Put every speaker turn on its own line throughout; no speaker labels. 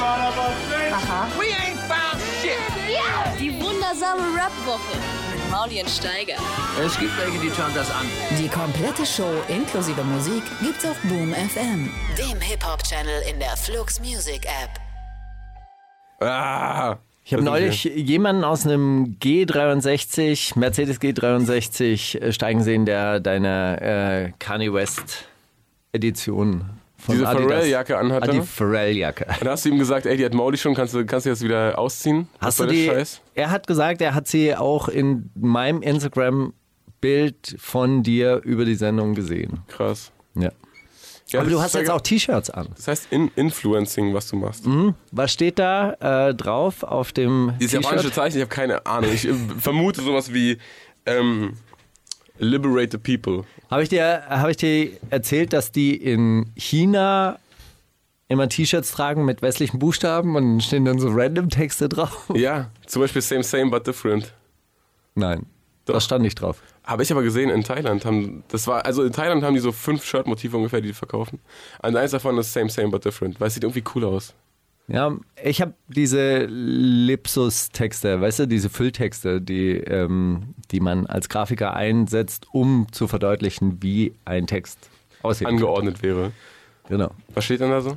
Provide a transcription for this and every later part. Aha.
Die wundersame Rap-Woche mit Mauli und Steiger.
Es gibt welche, die schauen das an.
Die komplette Show inklusive Musik gibt's auf Boom FM, dem Hip-Hop-Channel in der Flux Music App.
Ah,
Ich habe
Das
neulich
ist
jemanden aus einem G63, Mercedes G63 äh, steigen sehen, der deine äh, Kanye West Edition von
Diese
Adidas-
Pharrell-Jacke anhatte?
Ah, Die Pharrell-Jacke.
Und hast du ihm gesagt, ey, die hat Mauli schon, kannst du, kannst du jetzt wieder ausziehen? Was
Hast
soll
du
der
die?
Scheiß?
Er hat gesagt, er hat sie auch in meinem Instagram Bild von dir über die Sendung gesehen.
Krass.
Ja.
Ja,
Aber
das
du
ist
hast jetzt
ja-
auch Mhm. T-Shirts an.
Das heißt In Influencing, was du machst.
Was steht da äh, drauf auf dem
Dieses japanische
T-Shirt?
Zeichen, ich habe keine Ahnung. Ich äh, vermute sowas wie ähm, Liberate the People.
Habe ich dir habe ich dir erzählt, dass die in China immer T-Shirts tragen mit westlichen Buchstaben und stehen dann so random Texte drauf?
Ja, zum Beispiel Same, Same, but Different.
Nein.
Doch.
Da stand nicht drauf.
Habe ich aber gesehen, in Thailand haben, das war, also in Thailand haben die so fünf Shirt-Motive ungefähr, die die verkaufen. Und eins davon ist Same, Same, but Different, weil es sieht irgendwie cool aus.
Ja, ich habe diese Lipsus-Texte, weißt du, diese Fülltexte, die, ähm, die man als Grafiker einsetzt, um zu verdeutlichen, wie ein Text aussieht.
Angeordnet wäre.
Genau.
Was steht denn da so?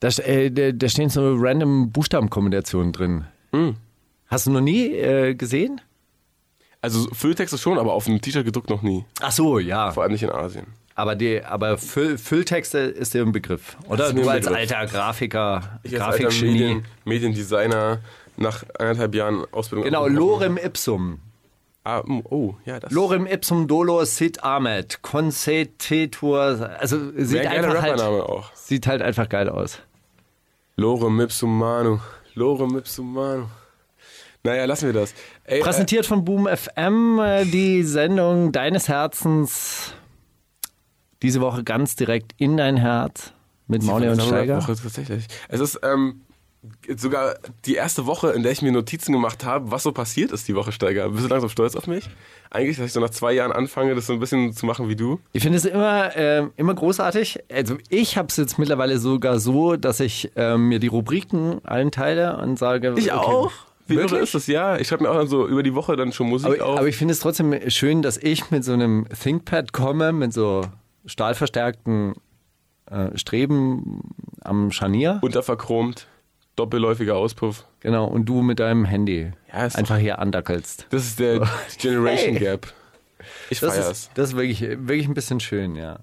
Da, st- äh, da, da stehen so random Buchstabenkombinationen drin. Hast du noch nie äh, gesehen?
Also Fülltexte schon, aber auf einem T-Shirt gedruckt noch nie.
Ach so, ja.
Vor allem nicht in Asien.
Aber, die, aber Füll, Fülltexte ist dir ein Begriff. Oder
ist mir
du
ein
als
Begriff.
alter Grafiker,
Ich als alter
Grafikgenie.
Medien, Mediendesigner nach anderthalb Jahren Ausbildung.
Genau,
abgebrochen.
Lorem Ipsum.
Ah, mm, oh, ja, das.
Lorem ipsum dolo sit amet, concetetur, also sieht
Sehr geiler
einfach halt,
Rappername Äh. auch.
sieht halt einfach geil aus.
Lorem Ipsum Manu. Lorem Ipsum Manu. Naja, lassen wir das. Ey, äh,
Präsentiert von Boom FM, äh, die Sendung deines Herzens, diese Woche ganz direkt in dein Herz mit
äh,
Mauli und
die
Steiger.
Woche tatsächlich. Es ist ähm, sogar die erste Woche, in der ich mir Notizen gemacht habe, was so passiert ist die Woche, Steiger. Bist du langsam stolz auf mich? Eigentlich, dass ich so nach zwei Jahren anfange, das so ein bisschen zu machen wie du.
Ich finde es immer, ähm, immer großartig. Also ich habe es jetzt mittlerweile sogar so, dass ich ähm, mir die Rubriken allen teile und sage, okay,
Wie irre
Wirklich?
ist das? Ja, ich schreibe mir auch dann so über die Woche dann schon Musik
Aber,
auf.
aber ich finde es trotzdem schön, dass ich mit so einem ThinkPad komme, mit so stahlverstärkten äh, Streben am Scharnier.
unterverchromt, doppelläufiger Auspuff.
Genau, und du mit deinem Handy
Ja, ist
einfach hier andackelst.
Das ist der Generation
Hey.
Gap. Ich
Das
feier's.
ist, das ist wirklich, wirklich ein bisschen schön, ja.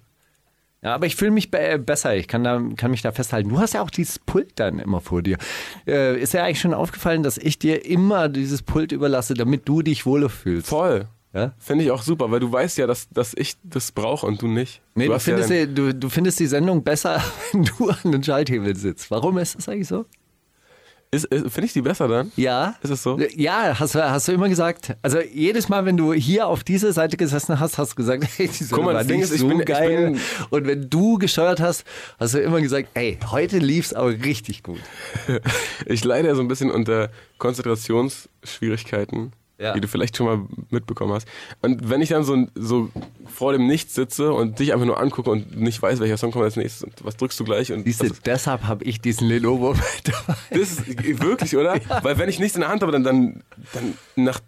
Ja, aber ich fühle mich be äh, besser. Ich kann, da, kann mich da festhalten. Du hast ja auch dieses Pult dann immer vor dir. Äh, ist ja eigentlich schon aufgefallen, dass ich dir immer dieses Pult überlasse, damit du dich wohler fühlst.
Voll.
Ja?
Finde ich auch super, weil du weißt ja, dass, dass ich das brauche und du nicht.
Nee, du,
hast ja
findest
dein-
die, du, du findest die Sendung besser, wenn du an den Schalthebel sitzt. Warum ist das eigentlich so?
ist, ist, Finde ich die besser dann?
Ja.
Ist es so?
Ja, hast, du- hast du immer gesagt. Also jedes Mal, wenn du hier auf dieser Seite gesessen hast, hast du gesagt, hey, die Sendung
Guck mal,
war
das Ding
nicht
ist, ich
so
bin- ich
geil.
bin-
Und wenn du gesteuert hast, hast du immer gesagt, hey, heute lief's aber richtig gut.
Ich leide ja so ein bisschen unter Konzentrationsschwierigkeiten,
Ja.
die du vielleicht schon mal mitbekommen hast. Und wenn ich dann so, so vor dem Nichts sitze und dich einfach nur angucke und nicht weiß, welcher Song kommt als nächstes und was drückst du gleich und
Siehst du,
was-
deshalb habe ich diesen Lenovo mit dabei.
Das ist äh, wirklich, oder? Weil wenn ich nichts in der Hand habe, dann, dann, dann nach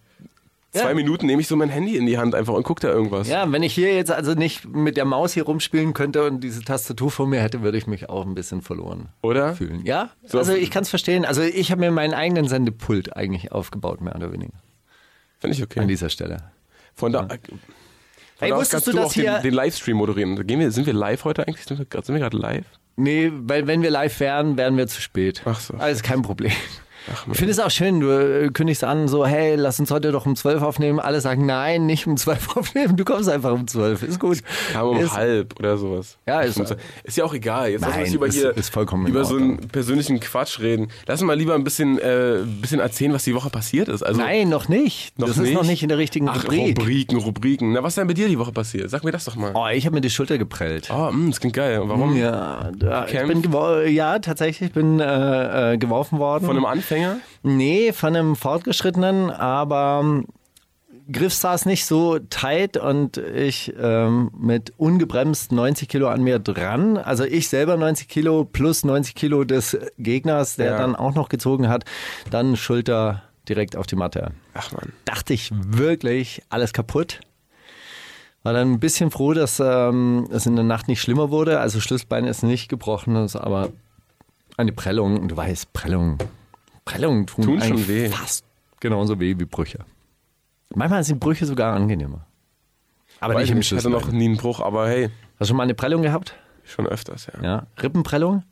zwei
Ja.
Minuten nehme ich so mein Handy in die Hand einfach und gucke da irgendwas.
Ja, wenn ich hier jetzt also nicht mit der Maus hier rumspielen könnte und diese Tastatur vor mir hätte, würde ich mich auch ein bisschen verloren.
Oder?
fühlen. Ja,
So.
also ich kann es verstehen. Also ich habe mir meinen eigenen Sendepult eigentlich aufgebaut, mehr oder weniger,
Finde ich
an
okay.
dieser Stelle.
Von da, äh, von da aus kannst du, auch den, den Livestream moderieren. Gehen wir, sind wir live heute eigentlich? Sind wir grad- sind wir gerade live?
Nee, weil wenn wir live wären, wären wir zu spät.
Ach so.
Alles kein Problem. ich finde es auch schön, du äh, kündigst an, so, hey, lass uns heute doch um 12 aufnehmen. Alle sagen, nein, nicht um 12 aufnehmen. Du kommst einfach um 12. Ist gut.
Kam um
ist,
halb oder sowas.
Ja, ist-
ist, ist ja auch egal. Jetzt lass
Nein,
uns über,
ist-
hier,
ist vollkommen in
über so einen
Ordnung.
persönlichen Quatsch reden. Lass uns mal lieber ein bisschen, äh, ein bisschen erzählen, was die Woche passiert ist. Also,
Nein, noch nicht.
noch
das ist noch nicht in der richtigen
Ach,
Rubrik.
Rubriken, Rubriken. Na, was ist denn bei dir die Woche passiert? Sag mir das doch mal.
Oh, ich habe mir die Schulter geprellt.
Oh, mh, das klingt geil. Warum?
Ja, da, ich
Kämpft?
bin gewor- ja, tatsächlich, ich bin äh, äh, geworfen worden.
Von einem Anfänger?
Nee, von einem fortgeschrittenen, aber ähm, Griff saß nicht so tight und ich ähm, mit ungebremst 90 Kilo an mir dran. Also ich selber 90 Kilo plus 90 Kilo des Gegners, der
Ja.
dann auch noch gezogen hat. Dann Schulter direkt auf die Matte.
Ach man.
Dachte ich wirklich, alles kaputt. War dann ein bisschen froh, dass ähm, es in der Nacht nicht schlimmer wurde. Also Schlüsselbein ist nicht gebrochen, ist aber eine Prellung. Und du weißt, Prellungen, Prellungen tun,
Tun schon
eigentlich
weh.
fast genauso weh wie Brüche. Manchmal sind Brüche sogar angenehmer. Aber
Weiß
nicht im
nicht, ich hatte
Schlüsselbein.
noch nie einen Bruch, aber hey,
Hast du schon mal eine Prellung gehabt?
schon öfters, ja.
Ja. Rippenprellung?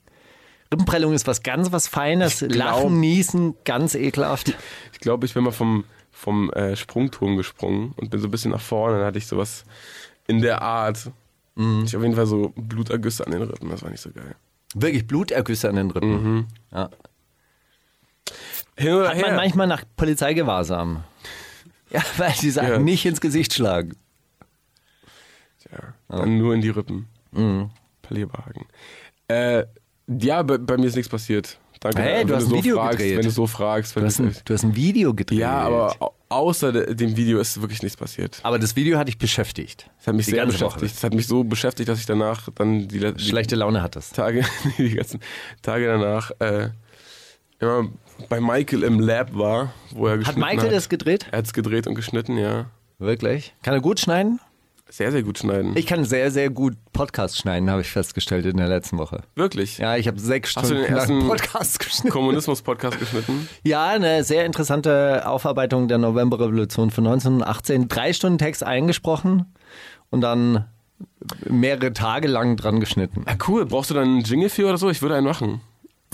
Rippenprellung ist was ganz was Feines.
glaub-
Lachen, niesen, ganz ekelhaft.
Ich glaube, ich bin mal vom, vom äh, Sprungturm gesprungen und bin so ein bisschen nach vorne. Dann hatte ich sowas in der Art.
Mhm.
Ich auf jeden Fall so Blutergüsse an den Rippen, das war nicht so geil.
Wirklich Blutergüsse an den
Mhm.
Rippen. Ja.
Hin oder
Hat
her.
man manchmal nach Polizeigewahrsam. Ja, weil die sagen,
Ja.
nicht ins Gesicht schlagen.
Ja, dann nur in die Rippen.
Mhm.
Palierbehaken. Äh, ja, bei, bei mir ist nichts passiert. Danke.
Hey,
wenn
du hast ein
so
Video
fragst,
gedreht.
Wenn du so fragst. Wenn
Du hast ein,
du's-
du hast ein Video gedreht.
ja, aber au- außer de- dem Video ist wirklich nichts passiert.
Aber das Video hat dich beschäftigt.
Das hat mich
Die
sehr
ganze
beschäftigt.
Woche.
Das hat mich so beschäftigt, dass ich danach dann die, le- die
Schlechte Laune hattest.
Tage, die ganzen Tage danach äh, immer bei Michael im Lab war, wo er
Hat
geschnitten
Michael das gedreht?
Er hat es gedreht und geschnitten, ja.
Wirklich? Kann er gut schneiden?
Sehr, sehr gut schneiden.
Ich kann sehr, sehr gut Podcast schneiden, habe ich festgestellt in der letzten Woche.
Wirklich.
Ja, ich habe sechs
Hast du
Stunden
den
lang
ersten
Podcast geschnitten.
Kommunismus-Podcast geschnitten?
Ja, eine sehr interessante Aufarbeitung der Novemberrevolution von 1918. Drei Stunden Text eingesprochen und dann mehrere Tage lang dran geschnitten.
Ah, cool. Brauchst du dann einen Jingle für oder so? Ich würde einen machen.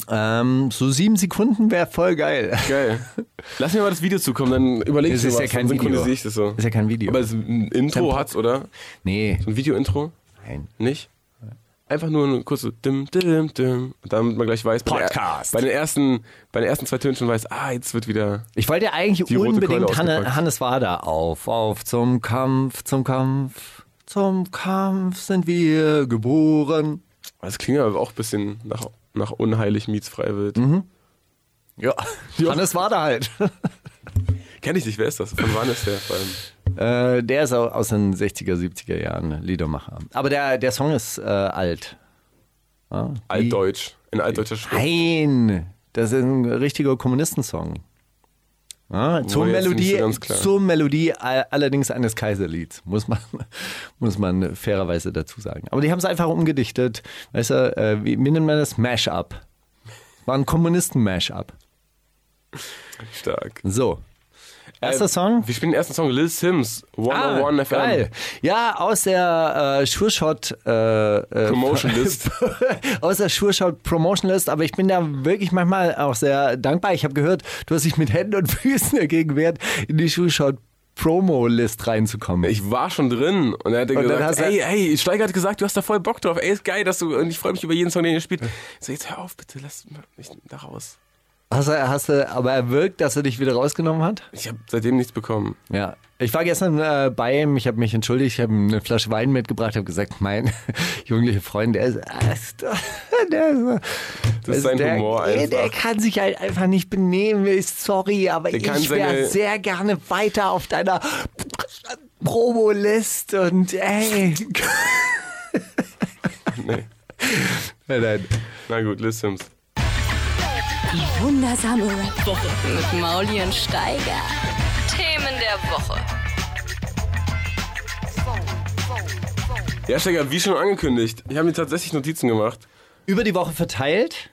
Ähm, so sieben Sekunden wäre voll geil.
Geil. Lass mir mal das Video zukommen, dann überleg ich
Es
mir
ist
was.
ja kein
dann
Video.
synchronisiere ich das so.
Ist ja kein Video.
Aber es, ein Intro hat's, oder?
nee,
Ein Video-Intro?
nein.
Nicht? Einfach nur eine kurze Dim, Dim, Dim. Und damit man gleich weiß, bei, der,
Podcast.
bei, den ersten, bei den ersten zwei Tönen schon weiß, ah, jetzt wird wieder.
Ich wollte ja eigentlich
Die rote
unbedingt
Keule
Hanne,
ausgepackt.
Hannes Wader auf, auf zum Kampf, zum Kampf, zum Kampf sind wir geboren.
Das klingt aber auch ein bisschen nach, nach unheilig Miets Freiwild.
Mhm. Ja, Hannes Wader halt.
Kenn ich nicht, wer ist das? Von wann ist der vor allem?
Äh, der ist au- aus den 60er, 70er Jahren Liedermacher. Aber der, der Song ist äh, alt. Ja, die-
Altdeutsch. In altdeutscher Schrift.
Nein, das ist ein richtiger Kommunistensong. Ja, zur,
Oh, jetzt nicht
Melodie,
so ganz klar.
zur Melodie all- allerdings eines Kaiserlieds, muss man, muss man fairerweise dazu sagen. Aber die haben es einfach umgedichtet. Weißt du, äh, wie, wie nennt man das? Mash-up. War ein Kommunisten-Mash-up.
Stark.
So. Erster
Äh,
Song? Ah,
Wir spielen den ersten Song, Lil Sims, 101 FM.
Geil. Ja, aus der äh, Sure Shot äh, äh,
Promotion List.
aus der Sure Shot Promotion List, aber ich bin da wirklich manchmal auch sehr dankbar. Ich habe gehört, du hast dich mit Händen und Füßen dagegen gewehrt, in die Sure Shot Promo List reinzukommen.
Ich war schon drin und er hat
dann
gesagt,
hast du-
ey, ey, Steiger hat gesagt, du hast da voll Bock drauf. Ey, ist geil, dass du, und ich freue mich über jeden Song, den ihr spielt. Ich so, jetzt hör auf, bitte, lass mich da raus.
Hast du, hast du aber erwirkt, dass er dich wieder rausgenommen hat?
Ich habe seitdem nichts bekommen.
Ja, ich war gestern äh, bei ihm, ich habe mich entschuldigt, ich habe ihm eine Flasche Wein mitgebracht, habe gesagt, mein jugendlicher Freund, der ist, der ist, der ist
Das ist sein
der,
Humor
nee, Der
einfach.
kann sich halt einfach nicht benehmen, ist sorry, aber
Der kann
ich wäre
seine-
sehr gerne weiter auf deiner Promo-List und ey.
Nee.
Nein, nein.
Na gut, Liz Sims.
Die wundersame Rap-Woche mit Mauli und Steiger.
Themen der Woche.
Ja, Steiger, wie schon angekündigt, ich habe mir tatsächlich Notizen gemacht.
Über die Woche verteilt.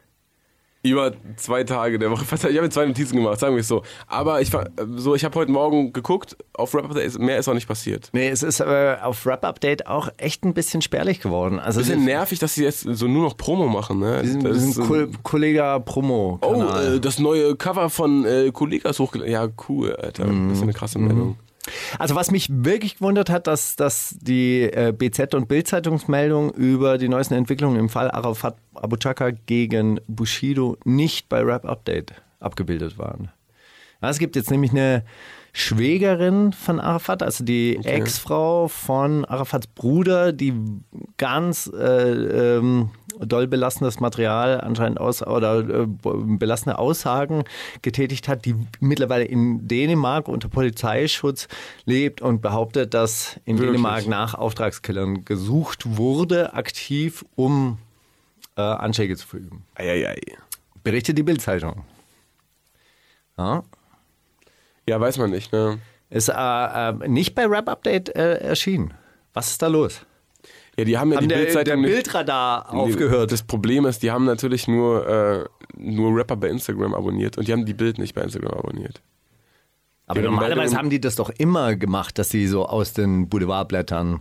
Über zwei Tage der Woche. verteilt. Ich habe mir zwei Notizen gemacht, sagen wir es so. Aber ich, fa- so, ich habe heute Morgen geguckt, auf Rapper, mehr ist auch nicht passiert.
Nee, es ist aber auf Rap-Update auch echt ein bisschen spärlich geworden. Also
Bisschen nervig, dass sie jetzt so nur noch Promo machen, ne? Das ist, ähm,
Kollege Promo.
Oh, äh, das neue Cover von äh, Kollegas hochgeladen. Ja, cool, Alter. Das ist eine krasse Meldung.
Also was mich wirklich gewundert hat, dass, dass die äh, BZ und Bild-Zeitungsmeldung über die neuesten Entwicklungen im Fall Arafat Abuchaka gegen Bushido nicht bei Rap Update abgebildet waren. Ja, Es gibt jetzt nämlich eine Schwägerin von Arafat, also die Ex-Frau von Arafats Bruder, die ganz äh, ähm, doll belastendes Material anscheinend aus oder äh, belastende Aussagen getätigt hat, die mittlerweile in Dänemark unter Polizeischutz lebt und behauptet, dass in
Wirklich?
Dänemark nach Auftragskillern gesucht wurde, aktiv, um äh, Anschläge zu verüben.
Eieiei.
Berichtet die Bild-Zeitung. Ja,
Ja, weiß man nicht, ne?
ist äh, äh, nicht bei Rap Update äh, erschienen. Was ist da los?
Ja, die haben ja
Haben
die
der, der
Bildzeitung nicht-
Bildradar
Nee,
aufgehört?
Das Problem ist, die haben natürlich nur, äh, nur Rapper bei Instagram abonniert und die haben die Bild nicht bei Instagram abonniert.
Aber
die haben
normalerweise
beide-
haben die das doch immer gemacht, dass sie so aus den Boulevardblättern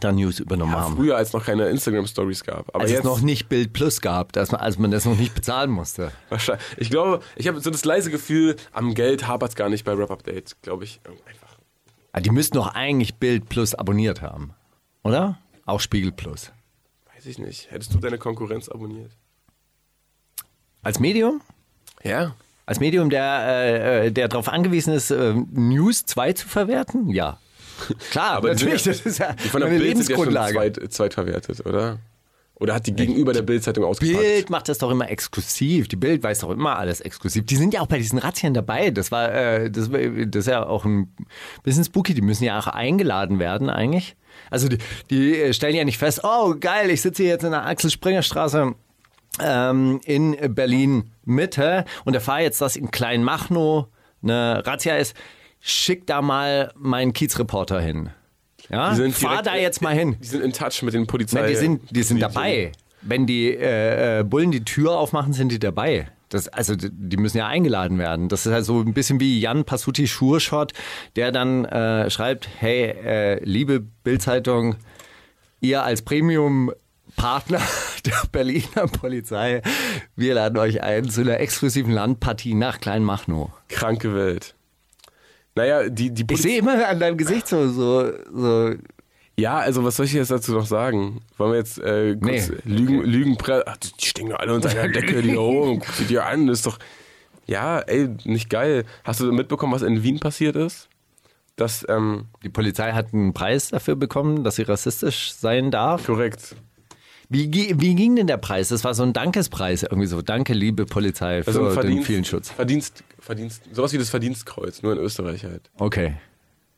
da News übernommen haben.
Früher, als noch keine Instagram-Stories gab. Aber
Als es
jetzt
noch nicht Bild Plus gab, dass man, als man das noch nicht bezahlen musste.
wahrscheinlich. Ich glaube, ich habe so das leise Gefühl, am Geld hapert es gar nicht bei Rap-Update, glaube ich. Oh, Einfach.
Ah, Die müssten doch eigentlich Bild Plus abonniert haben, oder? Auch Spiegel Plus.
Weiß ich nicht. Hättest du deine Konkurrenz abonniert?
Als Medium?
Ja.
Als Medium, der, äh, äh, der darauf angewiesen ist, äh, News 2 zu verwerten? Ja. Klar,
Aber die sind
natürlich,
ja-
das ist ja
Die von der
meine
Bild sind ja schon
Lebensgrundlage.
zweit, zweitverwertet, oder? Oder hat die gegenüber der Bild-Zeitung ausgepackt?
Bild macht das doch immer exklusiv. Die Bild weiß doch immer alles exklusiv. Die sind ja auch bei diesen Razzien dabei. Das war, äh, das, war- das ist ja auch ein bisschen spooky. Die müssen ja auch eingeladen werden eigentlich. Also die, die äh, stellen ja nicht fest, oh geil, ich sitze hier jetzt in der Axel Springer Straße ähm, in Berlin Mitte und erfahre jetzt, dass in Kleinmachnow eine Razzia ist. Schick da mal meinen Kiezreporter hin. Ja,
Die sind
fahr
direkt- äh,
da jetzt mal hin.
Die sind in Touch mit den Polizei.
Nein, die sind, die sind dabei. Wenn die äh, äh, Bullen die Tür aufmachen, sind die dabei. Das, also die- die müssen ja eingeladen werden. Das ist halt so ein bisschen wie Jan Passuti Schurschott, der dann äh, schreibt, hey, äh, liebe Bildzeitung, ihr als Premium-Partner der Berliner Polizei, wir laden euch ein zu einer exklusiven Landpartie nach Kleinmachnow.
Kranke Welt. Naja, die, die
Ich
Polizei.
sehe immer an deinem Gesicht so, so, so
Ja, also was soll ich jetzt dazu noch sagen? Wollen wir jetzt äh, kurz
Nee.
Lügen, Lügenpre... Ach, die stehen doch alle unter einer Decke, die da oben. Guck sie dir an, das ist doch... Ja, ey, nicht geil. Hast du mitbekommen, was in Wien passiert ist? Das, ähm,
die Polizei hat einen Preis dafür bekommen, dass sie rassistisch sein darf.
korrekt.
Wie, gi- wie ging denn der Preis? Das war so ein Dankespreis irgendwie so. Danke, liebe Polizei, für
Also ein
den
Verdienst,
vielen Schutz.
Verdienst, Verdienst, sowas wie das Verdienstkreuz, nur in Österreich halt.
Okay.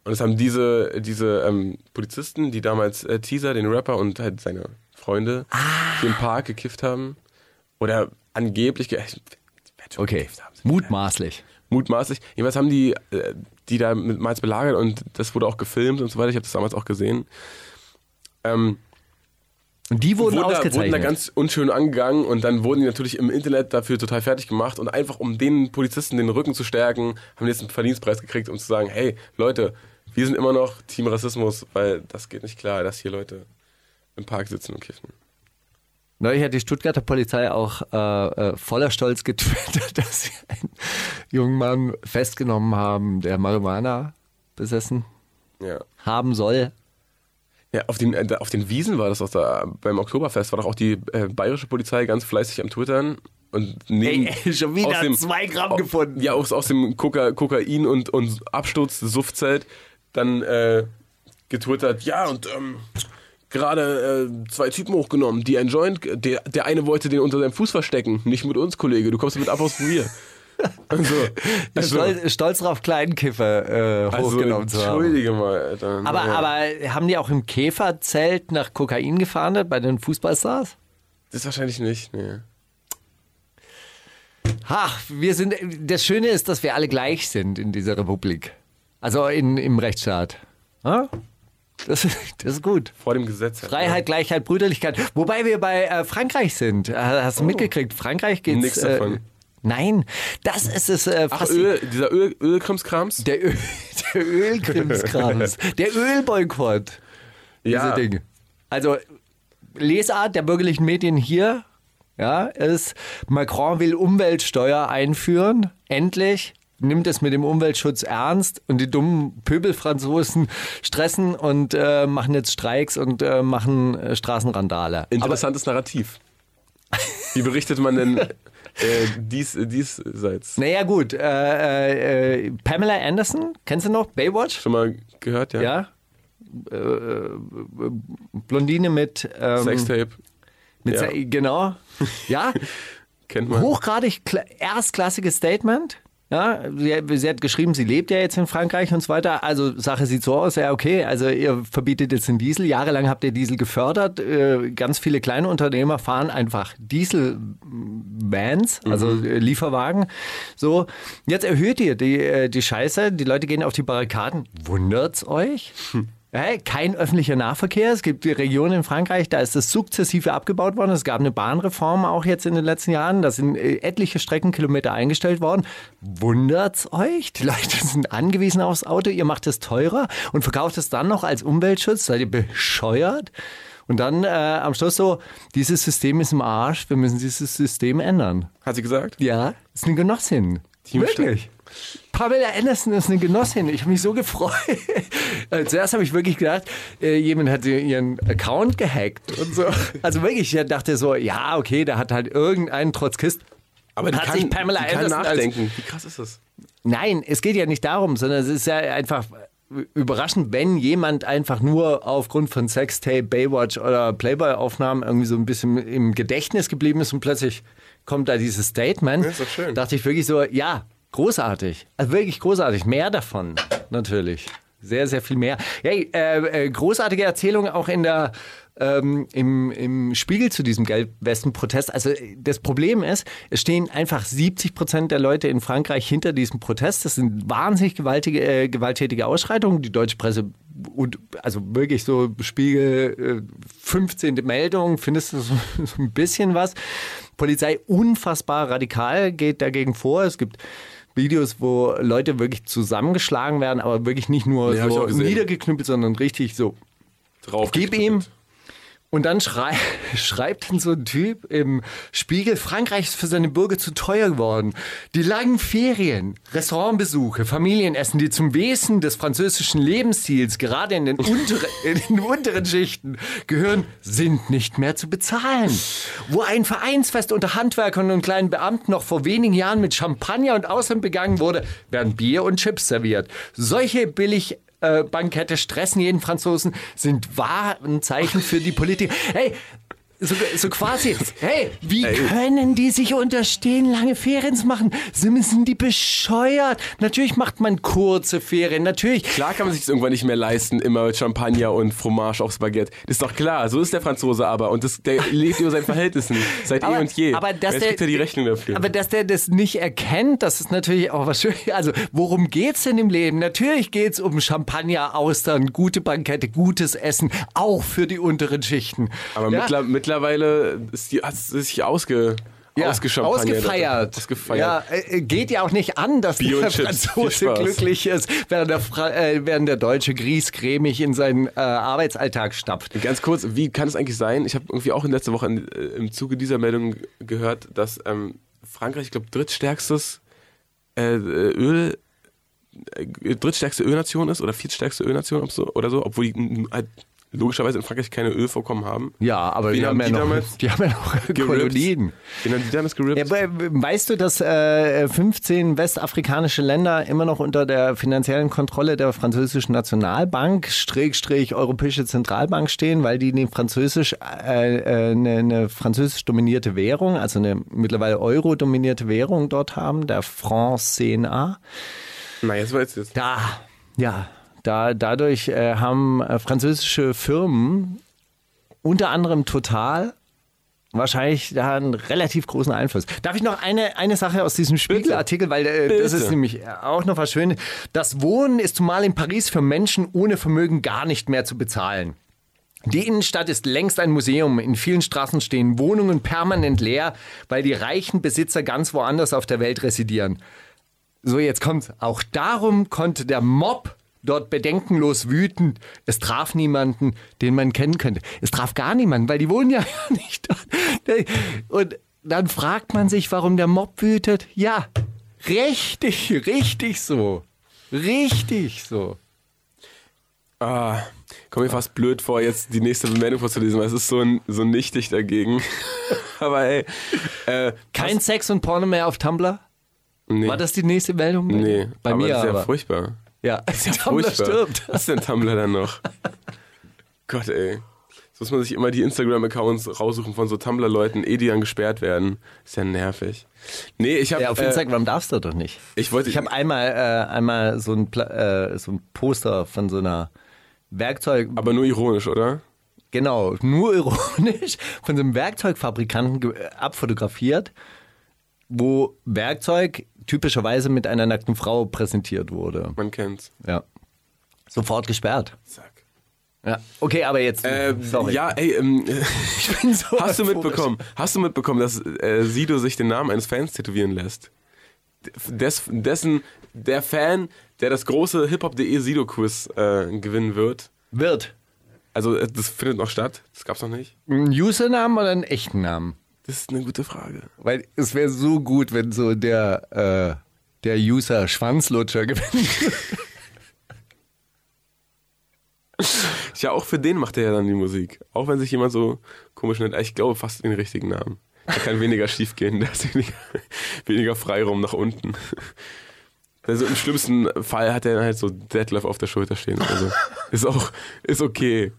Und das haben diese, diese ähm, Polizisten, die damals äh, Teaser, den Rapper und halt seine Freunde,
Ah.
die im Park gekifft haben. Oder angeblich... Ge ich werd schon
Okay.
gekifft haben.
Mutmaßlich.
mutmaßlich. Jedenfalls haben die, äh, die da mit Mainz belagert und das wurde auch gefilmt und so weiter. Ich habe das damals auch gesehen. Ähm,
Und die wurden,
wurden, da, wurden
ausgezeichnet.
da ganz unschön angegangen und dann wurden die natürlich im Internet dafür total fertig gemacht und einfach um den Polizisten den Rücken zu stärken, haben die jetzt einen Verdienstpreis gekriegt, um zu sagen, hey Leute, wir sind immer noch Team Rassismus, weil das geht nicht klar, dass hier Leute im Park sitzen und kiffen.
Neulich hat die Stuttgarter Polizei auch äh, äh, voller Stolz getwittert, dass sie einen jungen Mann festgenommen haben, der Marihuana besessen
Ja.
haben soll.
Ja, auf den, äh, auf den Wiesen war das doch da. Beim Oktoberfest war doch auch die äh, bayerische Polizei ganz fleißig am Twittern. Und neben,
Ey, ey, schon wieder zwei Gramm
au-
gefunden.
Ja, aus, aus dem Koka, Kokain- und, und Absturz-Suffzelt dann äh, getwittert, ja, und ähm, gerade äh, zwei Typen hochgenommen, die ein Joint, der, der eine wollte den unter seinem Fuß verstecken, nicht mit uns, Kollege, du kommst mit ab aus dem Bier. Also,
Stolz, stolz drauf, kleinen Kiffer äh,
also
hochgenommen zu haben.
entschuldige mal, Alter.
Aber,
Naja.
aber haben die auch im Käferzelt nach Kokain gefahndet bei den Fußballstars?
Das wahrscheinlich nicht, nee.
Ach, wir sind. Das Schöne ist, dass wir alle gleich sind in dieser Republik. Also in, im Rechtsstaat. Ja? Das, das ist gut.
Vor dem Gesetz. halt, ne?
Freiheit, Gleichheit, Brüderlichkeit. Wobei wir bei äh, Frankreich sind. Äh, Hast du mitgekriegt? Frankreich geht's.
Oh. Nix
äh,
davon.
Nein, das ist es. Äh,
Ach,
fast-
Öl, dieser Öl, Ölkrimskrams?
Der, Öl, der Ölkrimskrams. der Ölboykott.
Ja.
Diese Dinge. Also, Lesart der bürgerlichen Medien hier ja, ist, Macron will Umweltsteuer einführen. Endlich nimmt es mit dem Umweltschutz ernst und die dummen Pöbelfranzosen stressen und äh, machen jetzt Streiks und äh, machen äh, Straßenrandale.
Interessantes Narrativ. Wie berichtet man denn äh, dies, äh, diesseits?
Naja, gut. Äh, äh, äh, Pamela Anderson, kennst du noch? Baywatch?
Schon mal gehört, ja?
Ja. Äh, äh, Blondine mit. Ähm,
Sextape,
mit
ja.
Se- Genau. Ja.
kennt man.
Hochgradig kla- erstklassiges Statement. Ja, sie, sie hat geschrieben, sie lebt ja jetzt in Frankreich und so weiter. Also Sache sieht so aus, ja okay, also ihr verbietet jetzt den Diesel. Jahrelang habt ihr Diesel gefördert. Äh, Ganz viele kleine Unternehmer fahren einfach Diesel-Vans, also äh, Lieferwagen. So, jetzt erhöht ihr die, äh, die Scheiße. Die Leute gehen auf die Barrikaden. Wundert's euch? Hey, kein öffentlicher Nahverkehr. Es gibt die Regionen in Frankreich, da ist das sukzessive abgebaut worden. Es gab eine Bahnreform auch jetzt in den letzten Jahren. Da sind äh, etliche Streckenkilometer eingestellt worden. Wundert's euch? Die Leute sind angewiesen aufs Auto. Ihr macht es teurer und verkauft es dann noch als Umweltschutz. Seid ihr bescheuert? Und dann äh, am Schluss so, dieses System ist im Arsch. Wir müssen dieses System ändern.
Hat sie gesagt?
Ja, ist eine Genossin.
Die
wirklich. Pamela Anderson ist eine Genossin. Ich habe mich so gefreut. Äh, Zuerst habe ich wirklich gedacht, äh, jemand hat ihr- ihren Account gehackt und so. Also wirklich, ich dachte so, ja, okay, da hat halt irgendein Trotzkist.
Aber
Hat sich Pamela
die kann
Anderson als-
nachdenken. Wie krass ist das?
Nein, es geht ja nicht darum, sondern es ist ja einfach überraschend, wenn jemand einfach nur aufgrund von Sextape, Baywatch oder Playboy-Aufnahmen irgendwie so ein bisschen im Gedächtnis geblieben ist und plötzlich kommt da dieses Statement.
ist doch schön.
Dachte ich wirklich so, ja, großartig. Also wirklich großartig. Mehr davon, natürlich. Sehr, sehr viel mehr. Hey, äh, äh, großartige Erzählung auch in der ähm, im, im Spiegel zu diesem Gelbwesten-Protest. Also äh, das Problem ist, es stehen einfach 70 Prozent der Leute in Frankreich hinter diesem Protest. Das sind wahnsinnig gewaltige, äh, gewalttätige Ausschreitungen. Die deutsche Presse und also wirklich so Spiegel äh, 15. Meldung, findest du so, so ein bisschen was. Polizei unfassbar radikal geht dagegen vor. Es gibt Videos, wo Leute wirklich zusammengeschlagen werden, aber wirklich nicht nur
Nee, hab ich
so
auch gesehen.
niedergeknüppelt, sondern richtig so
Drauf.
Gib ihm. und dann schrei schreibt dann so ein Typ im Spiegel, Frankreich ist für seine Bürger zu teuer geworden. Die langen Ferien, Restaurantbesuche, Familienessen, die zum Wesen des französischen Lebensstils, gerade in den, untere, in den unteren Schichten, gehören, sind nicht mehr zu bezahlen. Wo ein Vereinsfest unter Handwerkern und kleinen Beamten noch vor wenigen Jahren mit Champagner und Ausland begangen wurde, werden Bier und Chips serviert. Solche billig äh, Bankette stressen jeden Franzosen, sind wahren Zeichen für die Politik. Hey, so, so quasi, hey, wie können die sich unterstehen, lange Ferien zu machen? Sie müssen die bescheuert. Natürlich macht man kurze Ferien, natürlich.
Klar kann man sich das irgendwann nicht mehr leisten, immer mit Champagner und Fromage aufs Baguette. Das ist doch klar, so ist der Franzose aber. Und das, der lebt über sein Verhältnissen seit eh und je.
Aber dass
Jetzt
der,
kriegt er die Rechnung dafür.
Aber dass der das nicht erkennt, das ist natürlich auch was Schönes. Also, worum geht's denn im Leben? Natürlich geht's um Champagner, Austern, gute Bankette, gutes Essen, auch für die unteren Schichten.
Aber
Ja?
mittler, mittlerweile ist die, hat sie sich ausge,
Ja,
ausgeschampagnet.
Ausgefeiert.
Ausgefeiert.
Ja, äh, geht ja auch nicht an, dass
Bier und
der
Chips. Viel
Franzose
Spaß.
glücklich ist, während der, Fra äh, während der Deutsche griesgrämig in seinen äh, Arbeitsalltag stapft.
Ganz kurz, wie kann es eigentlich sein? Ich habe irgendwie auch in letzter Woche in, äh, im Zuge dieser Meldung g- gehört, dass ähm, Frankreich, ich glaube, drittstärkstes äh, äh, Öl, äh, drittstärkste Ölnation ist oder viertstärkste Ölnation ob so, oder so, obwohl die m, halt logischerweise in Frankreich keine Ölvorkommen haben.
Ja, aber die
Wen
haben,
haben die
ja noch,
damals
die haben ja noch
gerippt?
Kolonien.
Wen haben die damals gerippt?
Ja, aber weißt du, dass äh, 15 westafrikanische Länder immer noch unter der finanziellen Kontrolle der französischen Nationalbank, Schrägstrich Europäische Zentralbank stehen, weil die eine französisch, äh, äh, eine, eine französisch dominierte Währung, also eine mittlerweile Euro-dominierte Währung dort haben, der France CNA.
Nein, jetzt war jetzt. jetzt.
Da, ja, da, dadurch äh, haben äh, französische Firmen unter anderem Total wahrscheinlich da einen relativ großen Einfluss. Darf ich noch eine, eine Sache aus diesem Spiegelartikel, weil äh, das
Bitte.
ist nämlich auch noch was Schönes. Das Wohnen ist zumal in Paris für Menschen ohne Vermögen gar nicht mehr zu bezahlen. Die Innenstadt ist längst ein Museum. In vielen Straßen stehen Wohnungen permanent leer, weil die reichen Besitzer ganz woanders auf der Welt residieren. So, jetzt kommt's. Auch darum konnte der Mob dort bedenkenlos wüten. Es traf niemanden, den man kennen könnte. Es traf gar niemanden, weil die wohnen ja nicht dort. Und dann fragt man sich, warum der Mob wütet. Ja, richtig, richtig so. Richtig so.
Ah, komm mir fast blöd vor, jetzt die nächste Meldung vorzulesen, weil es ist so, ein, so nichtig dagegen.
Aber ey, äh, kein Sex und Porno mehr auf Tumblr?
Nee.
War das die nächste Meldung?
Nee,
bei
aber
mir
das ist ja
aber. Oh,
furchtbar.
Ja, ist ja Tumblr
Furchtbar.
stirbt.
Was ist denn Tumblr dann noch? Gott, ey. Jetzt muss man sich immer die Instagram-Accounts raussuchen von so Tumblr-Leuten, eh die dann gesperrt werden. Ist ja nervig. Nee, ich habe
Ja, auf
äh,
Instagram darfst du doch nicht.
ich wollte-
Ich habe einmal, äh, einmal so ein, Pla- äh, so ein Poster von so einer Werkzeug,
aber nur ironisch, oder?
genau, nur ironisch, von so einem Werkzeugfabrikanten ge- äh, abfotografiert, wo Werkzeug typischerweise mit einer nackten Frau präsentiert wurde.
Man kennt's.
Ja. Sofort gesperrt.
Zack.
Ja. Okay, aber jetzt.
Äh,
sorry.
Ja, ey, ähm,
ich bin so
hast du
euphorisch.
mitbekommen, hast du mitbekommen, dass äh, Sido sich den Namen eines Fans tätowieren lässt? Des, dessen, der Fan, der das große hiphop.de Sido-Quiz äh, gewinnen wird.
Wird.
Also, äh, das findet noch statt. Das gab's noch nicht.
Ein Usernamen oder einen echten Namen?
Das ist eine gute Frage.
Weil es wäre so gut, wenn so der, äh, der User Schwanzlutscher gewinnt.
Tja, auch für den macht er ja dann die Musik. Auch wenn sich jemand so komisch nennt. Ich glaube fast den richtigen Namen. Da kann weniger schief gehen, da ist weniger, weniger Freiraum nach unten. Also im schlimmsten Fall hat er dann halt so Deadlift auf der Schulter stehen. Also ist auch, ist okay.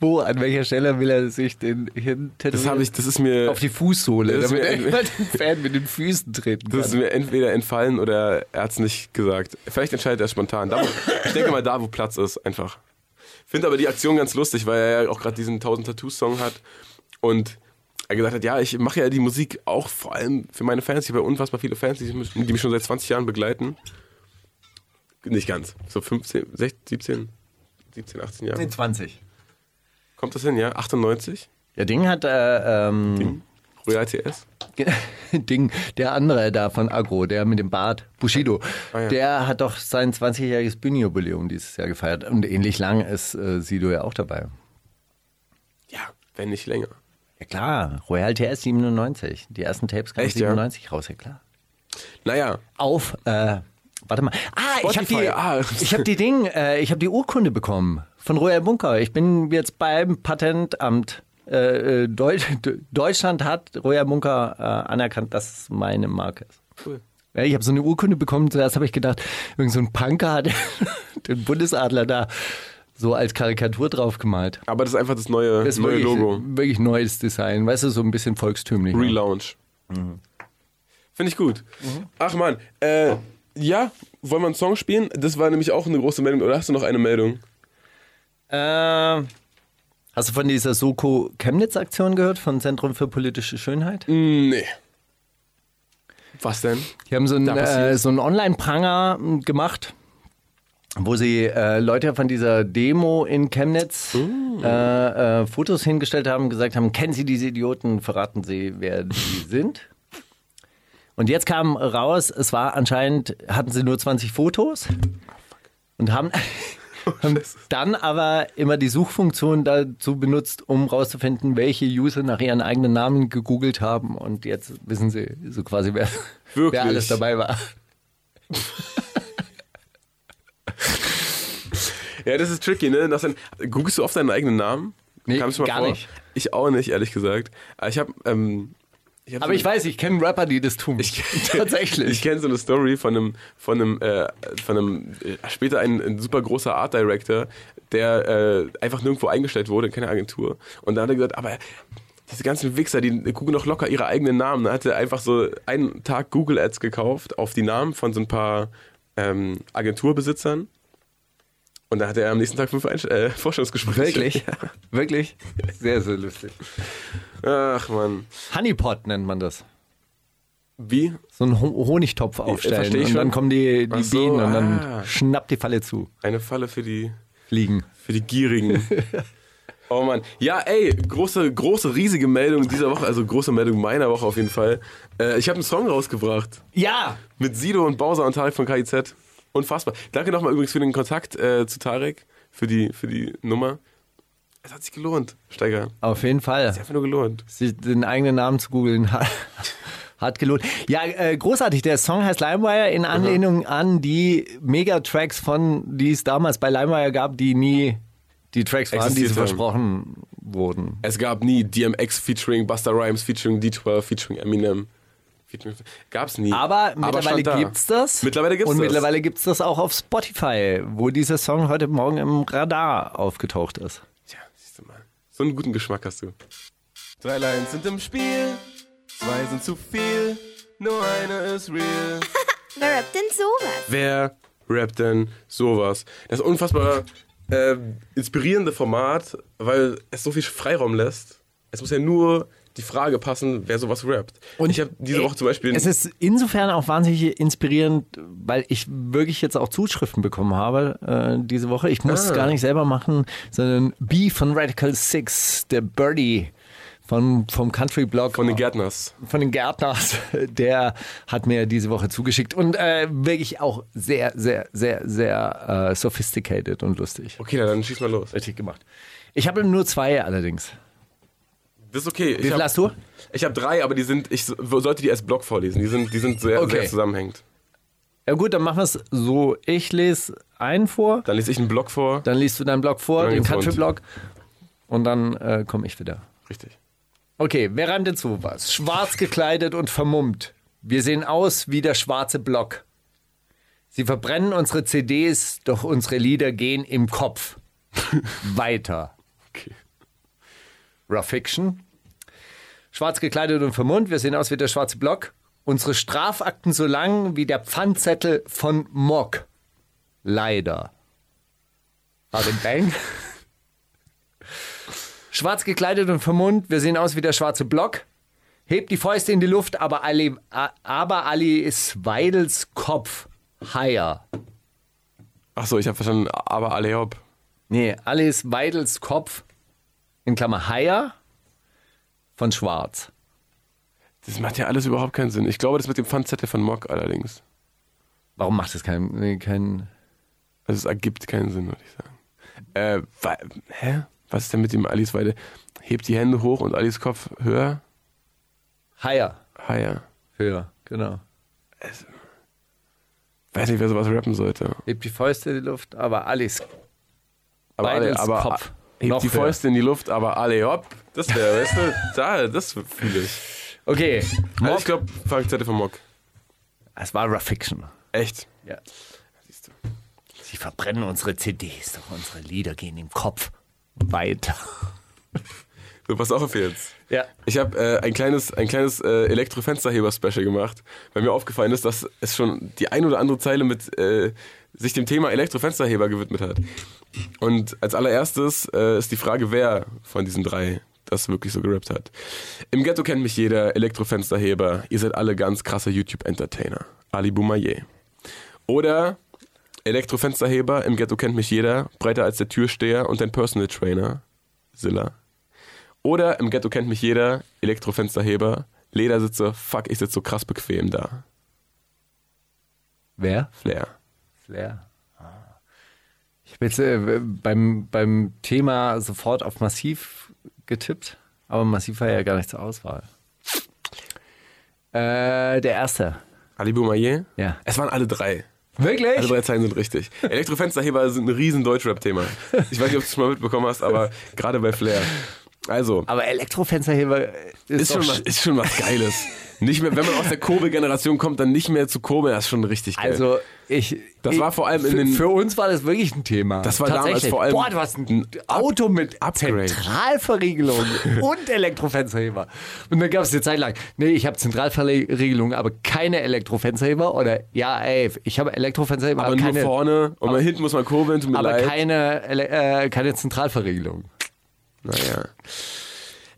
Wo, an welcher Stelle will er sich den hin
Das habe ich, das ist mir,
Auf die Fußsohle,
Das
damit
wär-
er immer den Fan mit den Füßen treten
das ist
kann.
mir entweder entfallen oder er hat es nicht gesagt. Vielleicht entscheidet er spontan. Da, wo, ich denke mal da, wo Platz ist, einfach. Finde aber die Aktion ganz lustig, weil er ja auch gerade diesen 1000 Tattoos Song hat und er gesagt hat, ja, ich mache ja die Musik auch vor allem für meine Fans. Ich habe ja unfassbar viele Fans, die mich, die mich schon seit 20 Jahren begleiten. Nicht ganz, so 15, 16, 17, 17, 18 Jahre.
20.
Kommt das hin, ja? 98?
Ja, Ding hat, äh, ähm,
Royal TS?
Ding, der andere da von Agro, der mit dem Bart, Bushido,
Ah, ja.
der hat doch sein 20-jähriges Bühnenjubiläum dieses Jahr gefeiert. Und ähnlich lang ist äh, Sido ja auch dabei.
Ja, wenn nicht länger.
Ja klar, Royal TS 97. Die ersten Tapes kamen
Echt, ja?
97 raus, ja klar.
Naja,
Auf, äh, warte mal. Ah, ich habe die,
Spotify, ah.
ich hab die Ding, äh, ich habe die Urkunde bekommen von Royal Bunker. Ich bin jetzt beim Patentamt. Äh, äh, Deutsch, Deutschland hat Royal Bunker äh, anerkannt, dass es meine Marke ist.
cool.
Ja, ich habe so eine Urkunde bekommen. Zuerst habe ich gedacht, irgend so ein Punker hat den Bundesadler da so als Karikatur drauf gemalt.
Aber das ist einfach das neue,
Das ist
neue
wirklich,
Logo.
wirklich neues Design. Weißt du, so ein bisschen volkstümlich.
Relaunch. Mhm. Finde ich gut. Ach man, äh, ja, wollen wir einen Song spielen? Das war nämlich auch eine große Meldung. Oder hast du noch eine Meldung?
Ähm, hast du von dieser Soko Chemnitz-Aktion gehört, von Zentrum für politische Schönheit?
Mm, Nee. Was denn?
Die haben so einen,
Da passiert-
äh, so einen Online-Pranger m, gemacht, wo sie äh, Leute von dieser Demo in Chemnitz äh, äh, Fotos hingestellt haben, gesagt haben, kennen Sie diese Idioten, verraten Sie, wer die sind. Und jetzt kam raus, es war anscheinend, hatten sie nur 20 Fotos
Oh,
und haben, haben dann aber immer die Suchfunktion dazu benutzt, um rauszufinden, welche User nach ihren eigenen Namen gegoogelt haben. Und jetzt wissen sie so quasi, wer,
Wirklich?
wer alles dabei war.
Ja, das ist tricky, ne? Das dann, googelst du oft deinen eigenen Namen?
Nee,
Kam's
gar nicht.
Ich auch nicht, ehrlich gesagt. Aber ich habe ähm, ich hab
Aber
so
ich weiß, ich kenne Rapper, die das tun.
Ich,
Tatsächlich.
Ich kenne so eine Story von einem, von einem, äh, von einem äh, später ein, ein super großer Art Director, der äh, einfach nirgendwo eingestellt wurde, in keine Agentur. Und da hat er gesagt, aber diese ganzen Wichser, die gucken doch locker ihre eigenen Namen. Da hat er einfach so einen Tag Google Ads gekauft auf die Namen von so ein paar ähm, Agenturbesitzern. Und da hatte er am nächsten Tag fünf Einst äh, Vorstellungsgespräche.
Wirklich? Wirklich? Sehr, sehr lustig.
Ach man.
Honeypot nennt man das.
Wie?
So einen Ho- Honigtopf aufstellen
versteh ich
und dann
schon.
kommen die,
Ach
die
so,
Bienen und dann
ah.
schnappt die Falle zu.
Eine Falle für die
Fliegen.
Für die Gierigen. Oh Mann. Ja, ey, große, große, riesige Meldung dieser Woche, also große Meldung meiner Woche auf jeden Fall. Äh, ich habe einen Song rausgebracht
Ja!
mit Sido und Bowser und Tarek von KIZ. Unfassbar. Danke nochmal übrigens für den Kontakt äh, zu Tarek, für die, für die Nummer. Es hat sich gelohnt, Steiger.
Auf jeden Fall.
Einfach nur gelohnt.
Sie- den eigenen Namen zu googeln hat, hat gelohnt. Ja, äh, großartig. Der Song heißt Limewire in Anlehnung an die Megatracks von, die es damals bei Limewire gab, die nie die Tracks waren, die so
Existierte.
versprochen wurden.
Es gab nie DMX featuring Busta Rhymes, featuring D12, featuring Eminem. Featuring, gab's nie.
Aber
stand
mittlerweile
da.
gibt's das.
Mittlerweile gibt's
Und
das.
mittlerweile gibt's das auch auf Spotify, wo dieser Song heute Morgen im Radar aufgetaucht ist.
Tja, siehst du mal. So einen guten Geschmack hast du. Drei Lines sind im Spiel, zwei sind zu viel, nur eine ist real.
Wer rappt denn sowas?
Wer rappt denn sowas? Das unfassbar äh, inspirierende Format, weil es so viel Freiraum lässt. Es muss ja nur die Frage passen, wer sowas rappt. Und ich habe diese Woche zum Beispiel.
Es ist insofern auch wahnsinnig inspirierend, weil ich wirklich jetzt auch Zuschriften bekommen habe äh, diese Woche. Ich muss es
Ah.
gar nicht selber machen, sondern B von Radical Six, der Birdie von, vom Country Blog.
von den Gärtners.
von den Gärtners, der hat mir diese Woche zugeschickt und äh, wirklich auch sehr, sehr, sehr, sehr äh, sophisticated und lustig.
Okay, na, dann schieß mal los.
Richtig gemacht. Ich habe nur zwei allerdings.
Das ist
Wie
okay. Ich
viel
hab-
hast du?
Ich habe drei, aber die sind. Ich so- sollte die als Blog vorlesen. Die sind, die sind sehr,
Okay.
sehr zusammenhängend.
Ja gut, dann machen wir es so. Ich lese einen vor,
Dann lese ich einen Blog vor.
dann liest du deinen Blog vor,
Dann
den
geht's rund.
Country-Blog und dann äh, komme ich wieder.
Richtig.
Okay, wer reimt denn zu was? Schwarz gekleidet und vermummt. Wir sehen aus wie der schwarze Block. Sie verbrennen unsere CDs, doch unsere Lieder gehen im Kopf. Weiter.
Okay.
Rough Fiction. Schwarz gekleidet und vermummt. Wir sehen aus wie der schwarze Block. Unsere Strafakten so lang wie der Pfandzettel von Mock. Leider. Hard and Bang. Schwarz gekleidet und vermummt. Wir sehen aus wie der schwarze Block. Hebt die Fäuste in die Luft, aber Ali, a- aber Ali ist Weidels Kopf higher.
Achso, ich habe verstanden. Aber alle hopp.
Nee, Alice Weidels Kopf, in Klammer higher, von Schwarz.
Das macht ja alles überhaupt keinen Sinn. Ich glaube, das mit dem Pfandzettel von Mock allerdings.
Warum macht das keinen. Nee, keinen
Also es ergibt keinen Sinn, würde ich sagen. Äh, wa hä? Was ist denn mit dem Alice Weide? Hebt die Hände hoch und Alice Kopf höher? Ah,
higher.
Higher.
Höher, genau.
Weiß nicht, wer sowas rappen sollte.
Hebt die Fäuste in die Luft, aber Alice.
Aber alle,
Weidels
aber
Kopf.
hebt
Noch
die
höher.
Fäuste in die Luft, aber alle hopp. Das wäre, weißt du, da, das fühle ich.
Okay.
Also
Mock.
ich glaube, Pfandzettel von Mock.
es war Rough Fiction.
Echt.
Ja.
Siehst du.
Sie verbrennen unsere CDs, doch unsere Lieder gehen im Kopf weiter.
So, pass auf jetzt.
Ja.
Ich habe äh, ein kleines, ein kleines äh, Elektrofensterheber-Special gemacht, weil mir aufgefallen ist, dass es schon die ein oder andere Zeile mit äh, sich dem Thema Elektrofensterheber gewidmet hat. Und als allererstes äh, ist die Frage, wer von diesen drei das wirklich so gerappt hat. Im Ghetto kennt mich jeder, Elektrofensterheber, ihr seid alle ganz krasse YouTube-Entertainer. Ali Boumaier. Oder Elektrofensterheber, im Ghetto kennt mich jeder, breiter als der Türsteher und dein Personal Trainer, Silla. Oder im Ghetto kennt mich jeder, Elektrofensterheber, Ledersitze, fuck, ich sitze so krass bequem da.
Wer?
Flair.
Flair. Ah. Ich habe jetzt äh, beim, beim Thema sofort auf Massiv getippt, aber Massiv war ja gar nicht zur Auswahl. Äh, der erste.
Ali Boumaier?
Ja. Also,
Es waren alle drei.
Wirklich?
Alle drei Zeilen sind richtig. Elektrofensterheber sind ein riesen Deutschrap-Thema. Ich weiß nicht, ob du es schon mal mitbekommen hast, aber gerade bei Flair. Also,
Aber Elektrofensterheber ist,
ist
doch
schon, was, ist schon was Geiles. Nicht mehr, wenn man aus der Kurbel-Generation kommt, dann nicht mehr zu Kurbel, das ist schon richtig geil.
Also ich.
Das
ich,
war vor allem in
für,
den-
Für uns war das wirklich ein Thema.
Das war damals
Tatsächlich.
vor allem
Boah, du hast ein
ein
Auto mit
Upgrade.
Zentralverriegelung und Elektrofensterheber. Und dann gab es eine Zeit lang, nee, ich habe Zentralverriegelung, aber keine Elektrofensterheber. Oder ja, ey, ich habe Elektrofensterheber,
aber
aber, keine,
nur vorne und mal hinten muss man kurbeln, tut mir
aber
leid.
keine, Ele- äh, keine Zentralverriegelung.
Naja.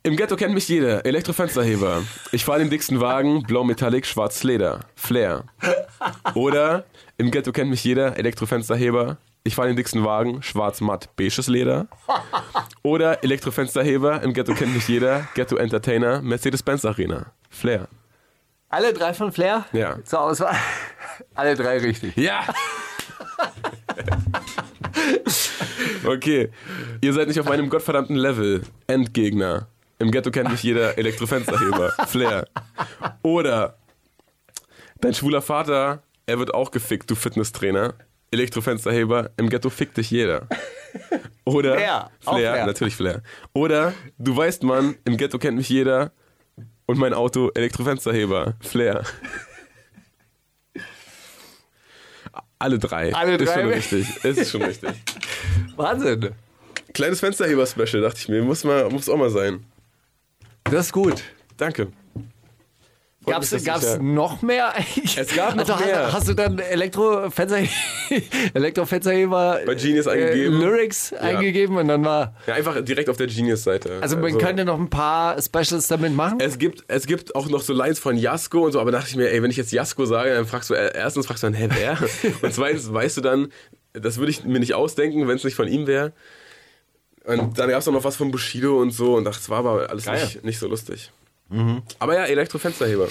Im Ghetto kennt mich jeder. Elektrofensterheber. Ich fahre den dicksten Wagen, blau metallic, schwarz Leder. Flair. Oder im Ghetto kennt mich jeder. Elektrofensterheber. Ich fahre den dicksten Wagen, schwarz matt, beiges Leder. Oder Elektrofensterheber. Im Ghetto kennt mich jeder. Ghetto Entertainer, Mercedes-Benz Arena. Flair.
Alle drei von Flair?
Ja.
Zur Auswahl. Alle drei richtig.
Ja! okay. Ihr seid nicht auf meinem gottverdammten Level. Endgegner. Im Ghetto kennt mich jeder Elektrofensterheber. Flair. Oder dein schwuler Vater, er wird auch gefickt, du Fitnesstrainer. Elektrofensterheber, im Ghetto fickt dich jeder. Oder
Flair, auch
Flair,
Flair.
natürlich Flair. Oder du weißt, Mann, im Ghetto kennt mich jeder und mein Auto Elektrofensterheber, Flair. Alle drei.
Alle
Ist
drei.
schon richtig. Ist schon richtig.
Wahnsinn.
Kleines Fensterheber-Special, dachte ich mir. Muss, mal, muss auch mal sein.
Das ist gut.
Danke. Freut
Gab's,
mich, dass
gab's
ich, äh,
noch mehr eigentlich?
Es gab noch
also, hast-
mehr.
Hast du dann Elektrofenster, Elektrofensterheber äh,
Bei Genius eingegeben.
Lyrics eingegeben und dann war.
ja, einfach direkt auf der Genius-Seite.
Also man könnte noch ein paar Specials damit machen.
Es gibt, es gibt auch noch so Lines von Jasko und so, aber dachte ich mir, ey, wenn ich jetzt Jasko sage, dann fragst du, äh, erstens fragst du dann, hä, wer? Und zweitens weißt du dann, das würde ich mir nicht ausdenken, wenn es nicht von ihm wäre. Und dann gab es auch noch was von Bushido und so und das war aber alles
Geil.
nicht, nicht so lustig. Aber ja, Elektrofensterheber.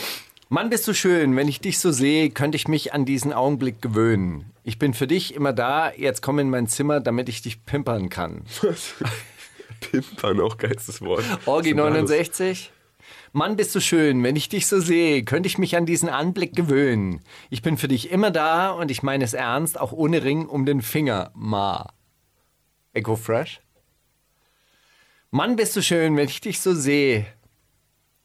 Mann, bist du schön. Wenn ich dich so sehe, könnte ich mich an diesen Augenblick gewöhnen. Ich bin für dich immer da. Jetzt komm in mein Zimmer, damit ich dich pimpern kann.
Pimpern, auch geilstes Wort.
Orgi
Was ist denn da los?
69. Mann, bist du schön. Wenn ich dich so sehe, könnte ich mich an diesen Anblick gewöhnen. Ich bin für dich immer da und ich meine es ernst, auch ohne Ring um den Finger. Ma. Echo Fresh. Mann, bist du schön. Wenn ich dich so sehe,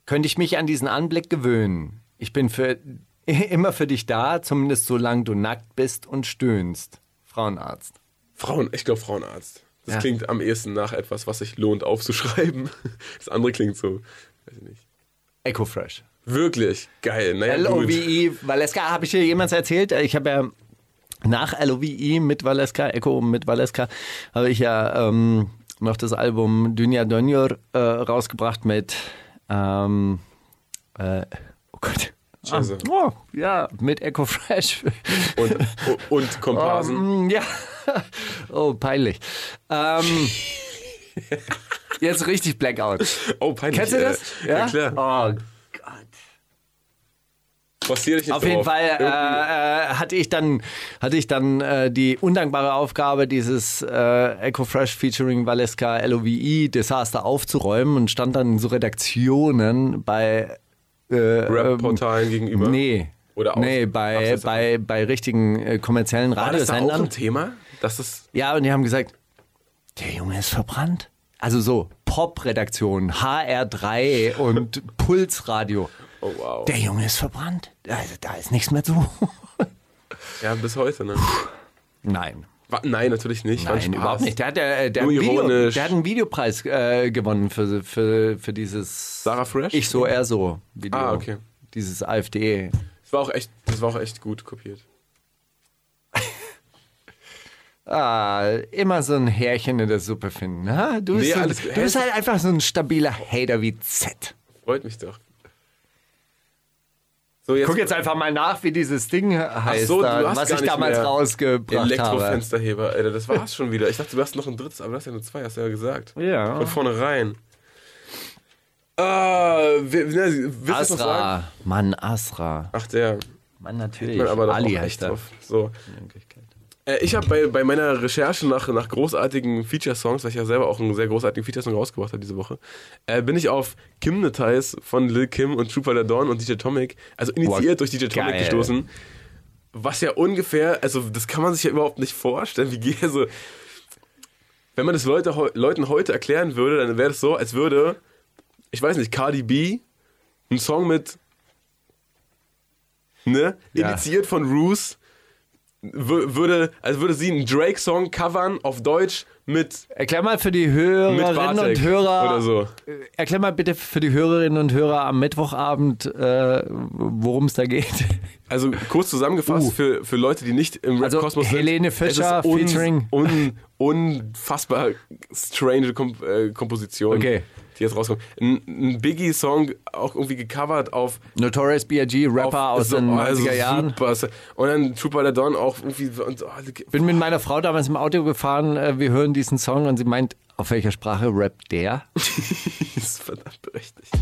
könnte ich mich an diesen Anblick gewöhnen. Ich bin für, immer für dich da, zumindest solange du nackt bist und stöhnst. Frauenarzt.
Frauen, ich glaube Frauenarzt. Das
Ja.
klingt am ehesten nach etwas, was sich lohnt aufzuschreiben. Das andere klingt so, weiß ich nicht.
Echo Fresh.
Wirklich geil. Naja, gut.
LOVE, Valeska, habe ich dir jemals erzählt? Äh, Ich habe ja nach LOVE mit Valeska, Echo mit Valeska, habe ich ja ähm, noch das Album Dünya Dönjör äh, rausgebracht mit, ähm, äh, oh Gott.
Scheiße.
Ah, oh, ja, mit Echo Fresh.
Und, und Komparsen.
Ähm, ja. Oh, peinlich. Ähm, jetzt richtig Blackout.
Oh, peinlich.
Kennst du das?
Äh, ja? klar.
Oh
Forcier dich nicht
Auf jeden
drauf.
Fall
Irgendwie-
äh, äh, hatte ich dann, hatte ich dann äh, die undankbare Aufgabe, dieses äh, EcoFresh featuring Valeska LOVE E Desaster aufzuräumen und stand dann in so Redaktionen bei äh, ähm,
Rap-Portalen gegenüber?
Nee.
Oder auf-
nee, bei,
abseits davon?
bei, bei richtigen äh, kommerziellen
War das da auch
Radiosendern.
ein Thema? Das ist
Ja, und die haben gesagt, der Junge ist verbrannt. Also so, Pop-Redaktion, HR3 und Pulsradio.
Oh, wow.
Der Junge ist verbrannt. Also, da ist nichts mehr zu.
ja bis heute, ne?
Nein.
Wa- Nein, natürlich nicht. War ein
Nein,
Spaß.
überhaupt nicht. Der hat, äh, der, hat ein
Nur
Video,
ironisch.
der hat einen Videopreis äh, gewonnen für, für, für dieses
Sarah Fresh?
Ich so, er so Video.
Ah, okay.
Dieses AfD.
Das war auch echt, das war auch echt gut kopiert.
Ah, immer so ein Härchen in der Suppe finden. Ha? Du, bist
Nee,
so ein,
alles-
du bist halt einfach so ein stabiler Hater wie Z.
Freut mich doch. So, jetzt,
Guck jetzt einfach mal nach, wie dieses Ding heißt,
so, du
da,
hast
was
gar
ich
nicht
damals
mehr
rausgebracht habe.
Elektrofensterheber, Alter, das war's schon wieder. Ich dachte, du hast noch ein drittes, aber du hast ja nur zwei, hast du ja gesagt.
Ja.
Von vornherein. Ah, wer- na, willst du das noch sagen?
Asra, Mann, Asra.
Ach, der.
Mann, natürlich.
Man aber doch
Ali
auch
heißt
echt
er.
drauf. So. Äh, ich habe bei, bei meiner Recherche nach, nach großartigen Feature-Songs, weil ich ja selber auch einen sehr großartigen Feature-Song rausgebracht habe diese Woche, äh, bin ich auf Kim Details von Lil Kim und Trooper der Dawn und DJ Tomic, also initiiert durch DJ Tomic
geil.
gestoßen. Was ja ungefähr, also das kann man sich ja überhaupt nicht vorstellen, wie geht so. Wenn man das Leute, heu- Leuten heute erklären würde, dann wäre das so, als würde, ich weiß nicht, Cardi B einen Song mit, ne,
Ja.
initiiert von Roos, wür- würde, als würde sie einen Drake-Song covern auf Deutsch mit,
Erklär mal für die
mit
Hörerinnen
Bartek
und Hörer, äh,
oder so.
Erklär mal bitte für die Hörerinnen und Hörer am Mittwochabend, äh, worum es da geht.
Also kurz zusammengefasst
Uh.
für, für Leute, die nicht im
Also,
Rap-Kosmos sind.
Helene
es ist
Fischer
un,
featuring-
Un, unfassbar strange Kom äh, Komposition,
Okay.
die jetzt rauskommt. Ein, ein Biggie-Song, auch irgendwie gecovert auf
Notorious B.I.G., Rapper
auf,
aus
so-
den
also
90er Jahren.
Super. Und dann Trooper der Dawn auch irgendwie. Und, oh,
Bin mit meiner Frau damals im Auto gefahren, äh, wir hören diesen Song und sie meint, auf welcher Sprache rappt der?
ist verdammt berechtigt.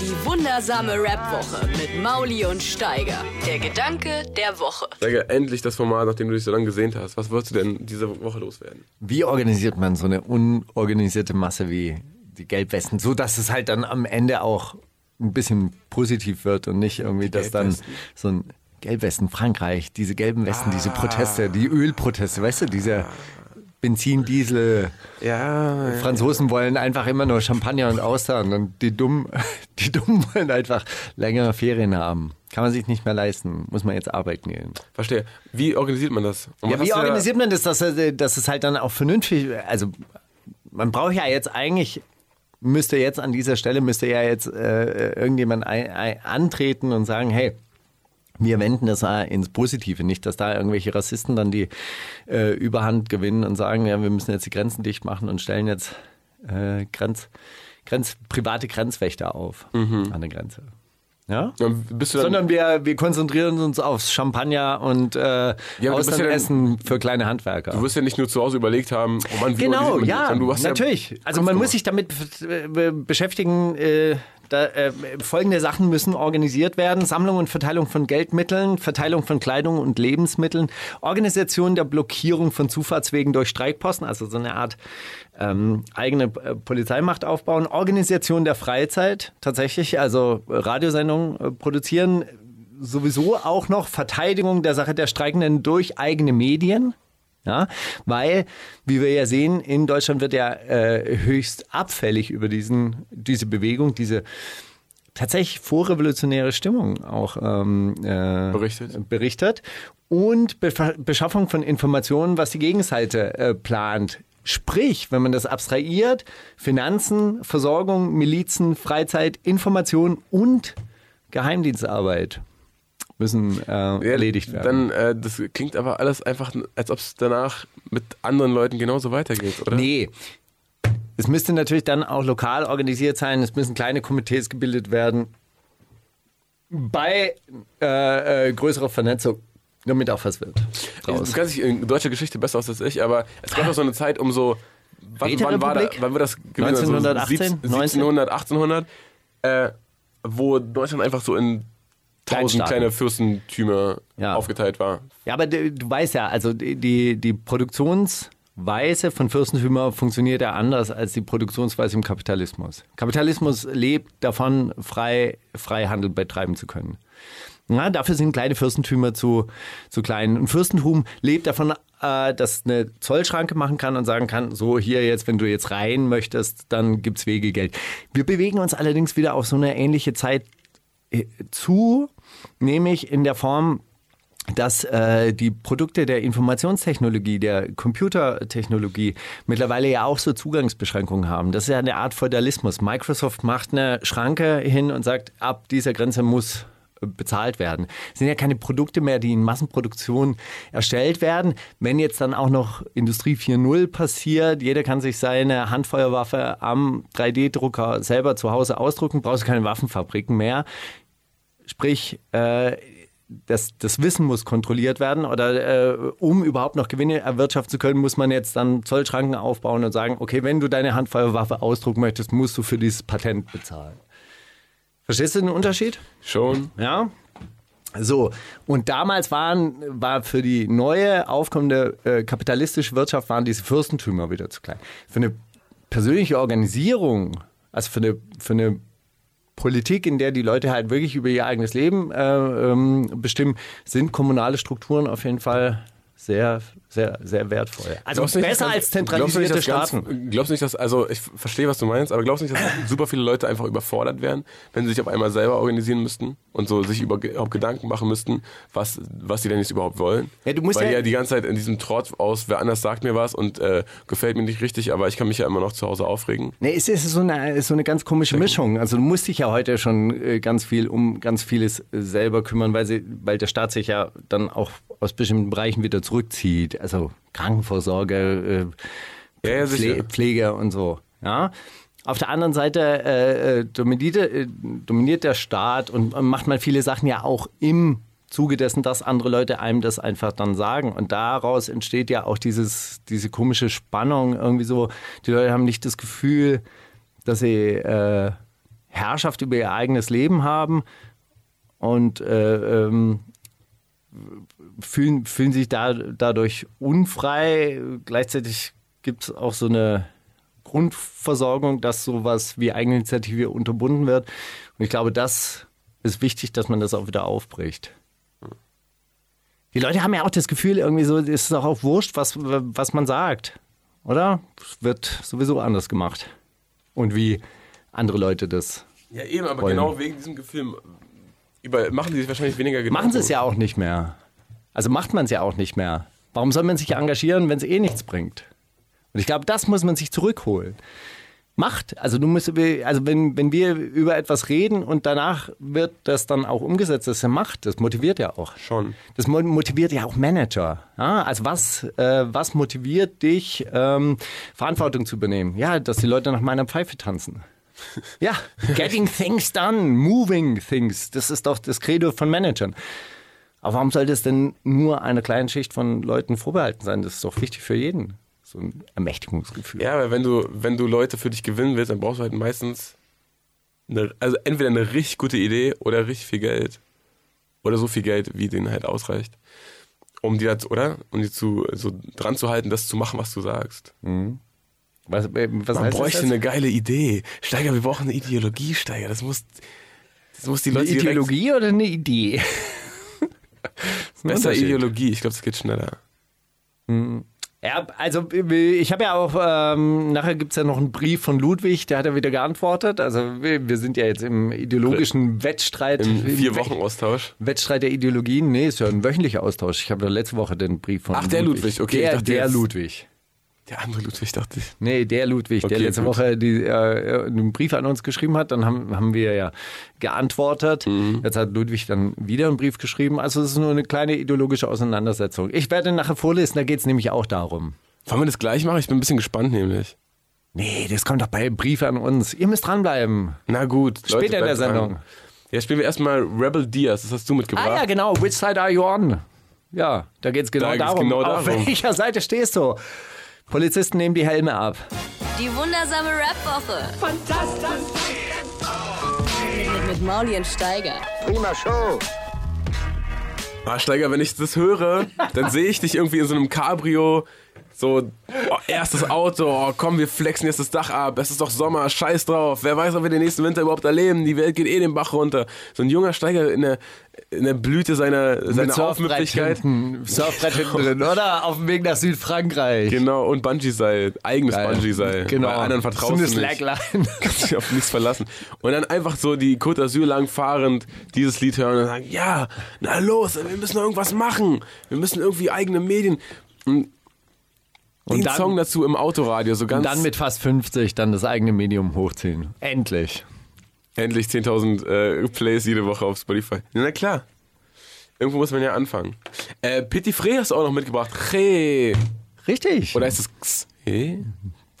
Die wundersame Rap-Woche mit Mauli und Steiger. Der Gedanke der Woche.
Sage endlich das Format, nachdem du dich so lange gesehnt hast. Was wirst du denn diese Woche loswerden?
Wie organisiert man so eine unorganisierte Masse wie die Gelbwesten, so dass es halt dann am Ende auch ein bisschen positiv wird und nicht irgendwie, dass dann so ein Gelbwesten Frankreich, diese gelben Westen, diese Proteste, die Ölproteste, weißt du, dieser Benzin, Diesel.
Ja,
Franzosen wollen einfach immer nur Champagner und Austern und die Dummen, die Dummen wollen einfach längere Ferien haben. Kann man sich nicht mehr leisten, muss man jetzt arbeiten gehen.
verstehe. Wie organisiert man das? Und
Ja,
was
wie
hast du da-
organisiert man das, dass, äh, dass es halt dann auch vernünftig, also man braucht ja jetzt eigentlich, müsste jetzt an dieser Stelle, müsste ja jetzt äh, irgendjemand ein, ein, antreten und sagen, hey, wir wenden das mal ins Positive, nicht, dass da irgendwelche Rassisten dann die äh, Überhand gewinnen und sagen, ja, wir müssen jetzt die Grenzen dicht machen und stellen jetzt äh, Grenz, Grenz, private Grenzwächter auf an der Grenze. Ja?
Dann bist du dann,
sondern wir, wir konzentrieren uns aufs Champagner und äh,
Ja, aber du bist ja dann-
Austernessen für kleine Handwerker.
du wirst ja nicht nur zu Hause überlegt haben, oh Mann, wie
genau,
organisiert man das?
ja,
Sondern du hast
natürlich. also man muss sich damit äh, be- beschäftigen. Äh, da, äh, folgende Sachen müssen organisiert werden. Sammlung und Verteilung von Geldmitteln, Verteilung von Kleidung und Lebensmitteln, Organisation der Blockierung von Zufahrtswegen durch Streikposten, also so eine Art ähm, eigene äh, Polizeimacht aufbauen, Organisation der Freizeit tatsächlich, also äh, Radiosendungen äh, produzieren, sowieso auch noch Verteidigung der Sache der Streikenden durch eigene Medien. Ja, weil, wie wir ja sehen, in Deutschland wird ja äh, höchst abfällig über diesen, diese Bewegung, diese tatsächlich vorrevolutionäre Stimmung auch ähm, äh,
Berichtet.
berichtet. Und Befa- Beschaffung von Informationen, was die Gegenseite äh, plant. Sprich, wenn man das abstrahiert, Finanzen, Versorgung, Milizen, Freizeit, Information und Geheimdienstarbeit müssen äh, erledigt werden.
Dann, äh, das klingt aber alles einfach, als ob es danach mit anderen Leuten genauso weitergeht, oder?
Nee. Es müsste natürlich dann auch lokal organisiert sein, es müssen kleine Komitees gebildet werden. Bei äh, äh, größerer Vernetzung, damit auch was wird.
Du
Draus.
kannst dich in deutscher Geschichte besser aus als ich, aber es gab doch so eine Zeit um so. Wann, wann, war, da,
Räterepublik?
wann war das? gewesen? Also So
1918,
1700, 1800, äh, wo Deutschland einfach so in tausend
Kleinstaaten.
kleine Fürstentümer
Ja.
aufgeteilt war.
Ja, aber du, du weißt ja, also die, die, die Produktionsweise von Fürstentümer funktioniert ja anders als die Produktionsweise im Kapitalismus. Kapitalismus lebt davon, frei, Freihandel betreiben zu können. Na, dafür sind kleine Fürstentümer zu, zu klein. Ein Fürstentum lebt davon, äh, dass eine Zollschranke machen kann und sagen kann, so hier jetzt, wenn du jetzt rein möchtest, dann gibt's Wegegeld. Wir bewegen uns allerdings wieder auf so eine ähnliche Zeit äh, zu, nämlich in der Form, dass äh, die Produkte der Informationstechnologie, der Computertechnologie mittlerweile ja auch so Zugangsbeschränkungen haben. Das ist ja eine Art Feudalismus. Microsoft macht eine Schranke hin und sagt, ab dieser Grenze muss äh, bezahlt werden. Es sind ja keine Produkte mehr, die in Massenproduktion erstellt werden. Wenn jetzt dann auch noch Industrie 4.0 passiert, jeder kann sich seine Handfeuerwaffe am 3D-Drucker selber zu Hause ausdrucken, brauchst du keine Waffenfabriken mehr. Sprich, äh, das, das Wissen muss kontrolliert werden oder äh, um überhaupt noch Gewinne erwirtschaften zu können, muss man jetzt dann Zollschranken aufbauen und sagen, okay, wenn du deine Handfeuerwaffe ausdrucken möchtest, musst du für dieses Patent bezahlen. Verstehst du den Unterschied?
Schon.
Ja. So, und damals waren, war für die neue aufkommende äh, kapitalistische Wirtschaft waren diese Fürstentümer wieder zu klein. Für eine persönliche Organisierung, also für eine, für eine Politik, in der die Leute halt wirklich über ihr eigenes Leben äh, ähm, bestimmen, sind kommunale Strukturen auf jeden Fall sehr, sehr, sehr wertvoll. Also
Glaubst du nicht,
besser
dass-
als
glaubst du nicht,
zentralisierte
dass ganz-
Staaten.
Glaubst du nicht, dass, also ich verstehe, was du meinst, aber glaubst du nicht, dass super viele Leute einfach überfordert wären, wenn sie sich auf einmal selber organisieren müssten und so sich über, überhaupt Gedanken machen müssten, was, was sie denn jetzt überhaupt wollen?
Ja, du musst
Weil
ja-
die ja die ganze Zeit in diesem Trotz aus, wer anders sagt mir was und äh, gefällt mir nicht richtig, aber ich kann mich ja immer noch zu Hause aufregen.
Nee, es ist so eine, es ist so eine ganz komische Mischung. Also du musst dich ja heute schon äh, ganz viel um ganz vieles äh, selber kümmern, weil, sie, weil der Staat sich ja dann auch aus bestimmten Bereichen wieder zurückzieht. Also Krankenvorsorge, äh,
Ja, ja,
Pfle
sicher.
Pflege und so. Ja? Auf der anderen Seite äh, äh, dominiert, äh, dominiert der Staat und äh, macht man viele Sachen ja auch im Zuge dessen, dass andere Leute einem das einfach dann sagen. Und daraus entsteht ja auch dieses, diese komische Spannung irgendwie so. Die Leute haben nicht das Gefühl, dass sie äh, Herrschaft über ihr eigenes Leben haben und äh, ähm, fühlen, fühlen sich da, dadurch unfrei. Gleichzeitig gibt es auch so eine Grundversorgung, dass sowas wie Eigeninitiative unterbunden wird. Und ich glaube, das ist wichtig, dass man das auch wieder aufbricht. Die Leute haben ja auch das Gefühl, irgendwie so, es ist auch, auch wurscht, was, was man sagt. oder? Wird sowieso anders gemacht. Und wie andere Leute das.
Ja, eben, aber
Wollen.
genau wegen diesem Film über, machen die sich wahrscheinlich weniger Gedanken.
Machen sie es ja auch nicht mehr. Also macht man es ja auch nicht mehr. Warum soll man sich engagieren, wenn es eh nichts bringt? Und ich glaube, das muss man sich zurückholen. Macht, also du musst, also wenn, wenn wir über etwas reden und danach wird das dann auch umgesetzt, das ist ja Macht, das motiviert ja auch.
Schon.
Das mo- motiviert ja auch Manager. Ja, also was, äh, was motiviert dich, ähm, Verantwortung zu übernehmen? Ja, dass die Leute nach meiner Pfeife tanzen. Ja, getting things done, moving things, das ist doch das Credo von Managern. Aber warum sollte es denn nur einer kleinen Schicht von Leuten vorbehalten sein? Das ist doch wichtig für jeden. So ein Ermächtigungsgefühl.
Ja, weil wenn du, wenn du Leute für dich gewinnen willst, dann brauchst du halt meistens eine, also entweder eine richtig gute Idee oder richtig viel Geld. Oder so viel Geld, wie denen halt ausreicht. Um die dazu, oder? Um die zu, so dran zu halten, das zu machen, was du sagst.
Was, äh, was
Man
heißt das
bräuchte
jetzt?
eine geile Idee. Steiger, wir brauchen eine Ideologie, Steiger. Das muss, das muss die
eine
Leute direkt,
Ideologie oder eine Idee? Das ist ein
Besser
Unterschied.
Ideologie. Ich glaube, das geht schneller.
Ja, also ich habe ja auch, ähm, nachher gibt's ja noch einen Brief von Ludwig, der hat ja wieder geantwortet. Also wir, wir sind ja jetzt im ideologischen Wettstreit.
Im
im
vier
Wett-
Wochen Austausch.
Wettstreit der Ideologien. Nee, ist ja ein wöchentlicher Austausch. Ich habe da letzte Woche den Brief von
Ach, der Ludwig, okay, ich
Der,
dachte
der
jetzt-
Ludwig.
Der andere Ludwig dachte ich.
Nee, der Ludwig, der
Okay,
letzte
gut.
Woche die, äh, einen Brief an uns geschrieben hat, dann haben, haben wir ja geantwortet.
Mhm.
Jetzt hat Ludwig dann wieder einen Brief geschrieben. Also es ist nur eine kleine ideologische Auseinandersetzung. Ich werde nachher vorlesen, da geht's nämlich auch darum.
Wollen wir das gleich machen? Ich bin ein bisschen gespannt nämlich.
Nee, das kommt doch bei Brief an uns. Ihr müsst dranbleiben.
Na gut. Leute,
Später in der
bleibt dran.
Sendung.
Ja, spielen wir erstmal Rebel Diaz. Das hast du mitgebracht.
Ah ja, genau. Which side are you on? Ja, da geht's genau
Da geht's
darum.
genau
Auf
darum.
welcher Seite stehst du? Polizisten nehmen die Helme ab.
Die wundersame Rap-Woche. Fantastisch. Mit, mit Mauli und Steiger.
Ah, Steiger, wenn ich das höre, dann sehe ich dich irgendwie in so einem Cabrio. So, oh, erstes Auto, oh, komm, wir flexen jetzt das Dach ab. Es ist doch Sommer, scheiß drauf. Wer weiß, ob wir den nächsten Winter überhaupt erleben. Die Welt geht eh den Bach runter. So ein junger Steiger in der, in der Blüte seiner, seiner Aufmüpfigkeit.
hinten. Surfbrett hinten drin, oder? Auf dem Weg nach Südfrankreich.
Genau, und Bungee-Seil. Eigenes
Geil.
Bungee-Seil.
Genau.
Bei anderen
so
vertraust
eine
du nicht.
Slackline.
kannst dich auf nichts verlassen. Und dann einfach so die Côte d'Azur lang fahrend dieses Lied hören und sagen, ja, na los, wir müssen irgendwas machen. Wir müssen irgendwie eigene Medien. Und den
dann-
Song dazu im Autoradio, so ganz
Und dann mit fast 50 dann das eigene Medium hochziehen. Endlich.
endlich 10.000 äh, Plays jede Woche auf Spotify. Na klar. Irgendwo muss man ja anfangen. Äh, Petit Frey hast du auch noch mitgebracht. Hey.
Richtig.
Oder heißt es X? Hey?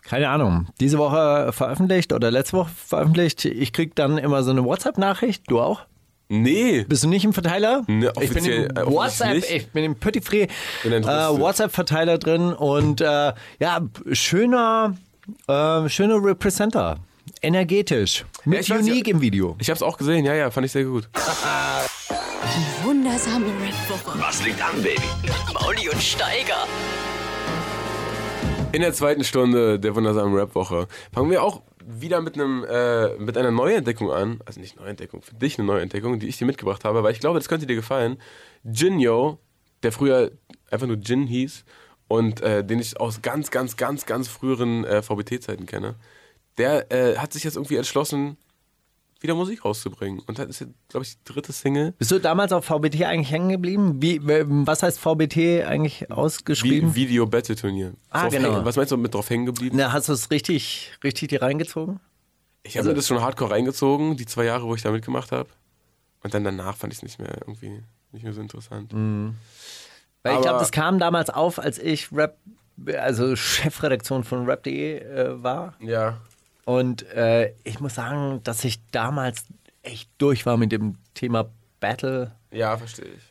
Keine Ahnung. Diese Woche veröffentlicht oder letzte Woche veröffentlicht. Ich krieg dann immer so eine WhatsApp-Nachricht. Du auch?
Nee.
Bist du nicht im Verteiler?
Ne,
ich bin
offiziell,
im
äh, offensichtlich
WhatsApp,
nicht.
ich bin im Petit Free
Bin
äh,
entrüstet.
WhatsApp-Verteiler drin und äh, ja, schöner, äh, schöner Representer. Energetisch.
Ja,
Mit
ich weiß ja-
Unique im Video.
Ich hab's auch gesehen, ja, ja, fand ich sehr gut.
Wundersame Rap-Woche.
Was liegt an, Baby?
Mauli und Steiger.
In der zweiten Stunde der wundersamen Rap-Woche fangen wir auch wieder mit, einem, äh, mit einer Neuentdeckung an. Also nicht Neuentdeckung, für dich eine Neuentdeckung, die ich dir mitgebracht habe, weil ich glaube, das könnte dir gefallen. Jinyo, der früher einfach nur Jin hieß und äh, den ich aus ganz, ganz, ganz, ganz früheren äh, VBT-Zeiten kenne, der äh, hat sich jetzt irgendwie entschlossen, wieder Musik rauszubringen. Und das ist, glaube ich, die dritte Single.
Bist du damals auf VBT eigentlich hängen geblieben? Wie, w- was heißt VBT eigentlich ausgeschrieben?
Wie Video-Battle-Turnier.
Ah,
Drauf
genau.
hängen- Was meinst du mit drauf hängen geblieben?
Na, hast du es richtig, richtig dir reingezogen?
Ich habe mir das schon hardcore reingezogen, die zwei Jahre, wo ich da mitgemacht habe. Und dann danach fand ich es nicht mehr irgendwie nicht mehr so interessant.
Weil ich
Aber-
glaube, das kam damals auf, als ich Rap, also Chefredaktion von Rap.de äh, war.
Ja.
Und äh, ich muss sagen, dass ich damals echt durch war mit dem Thema Battle.
Ja, verstehe ich.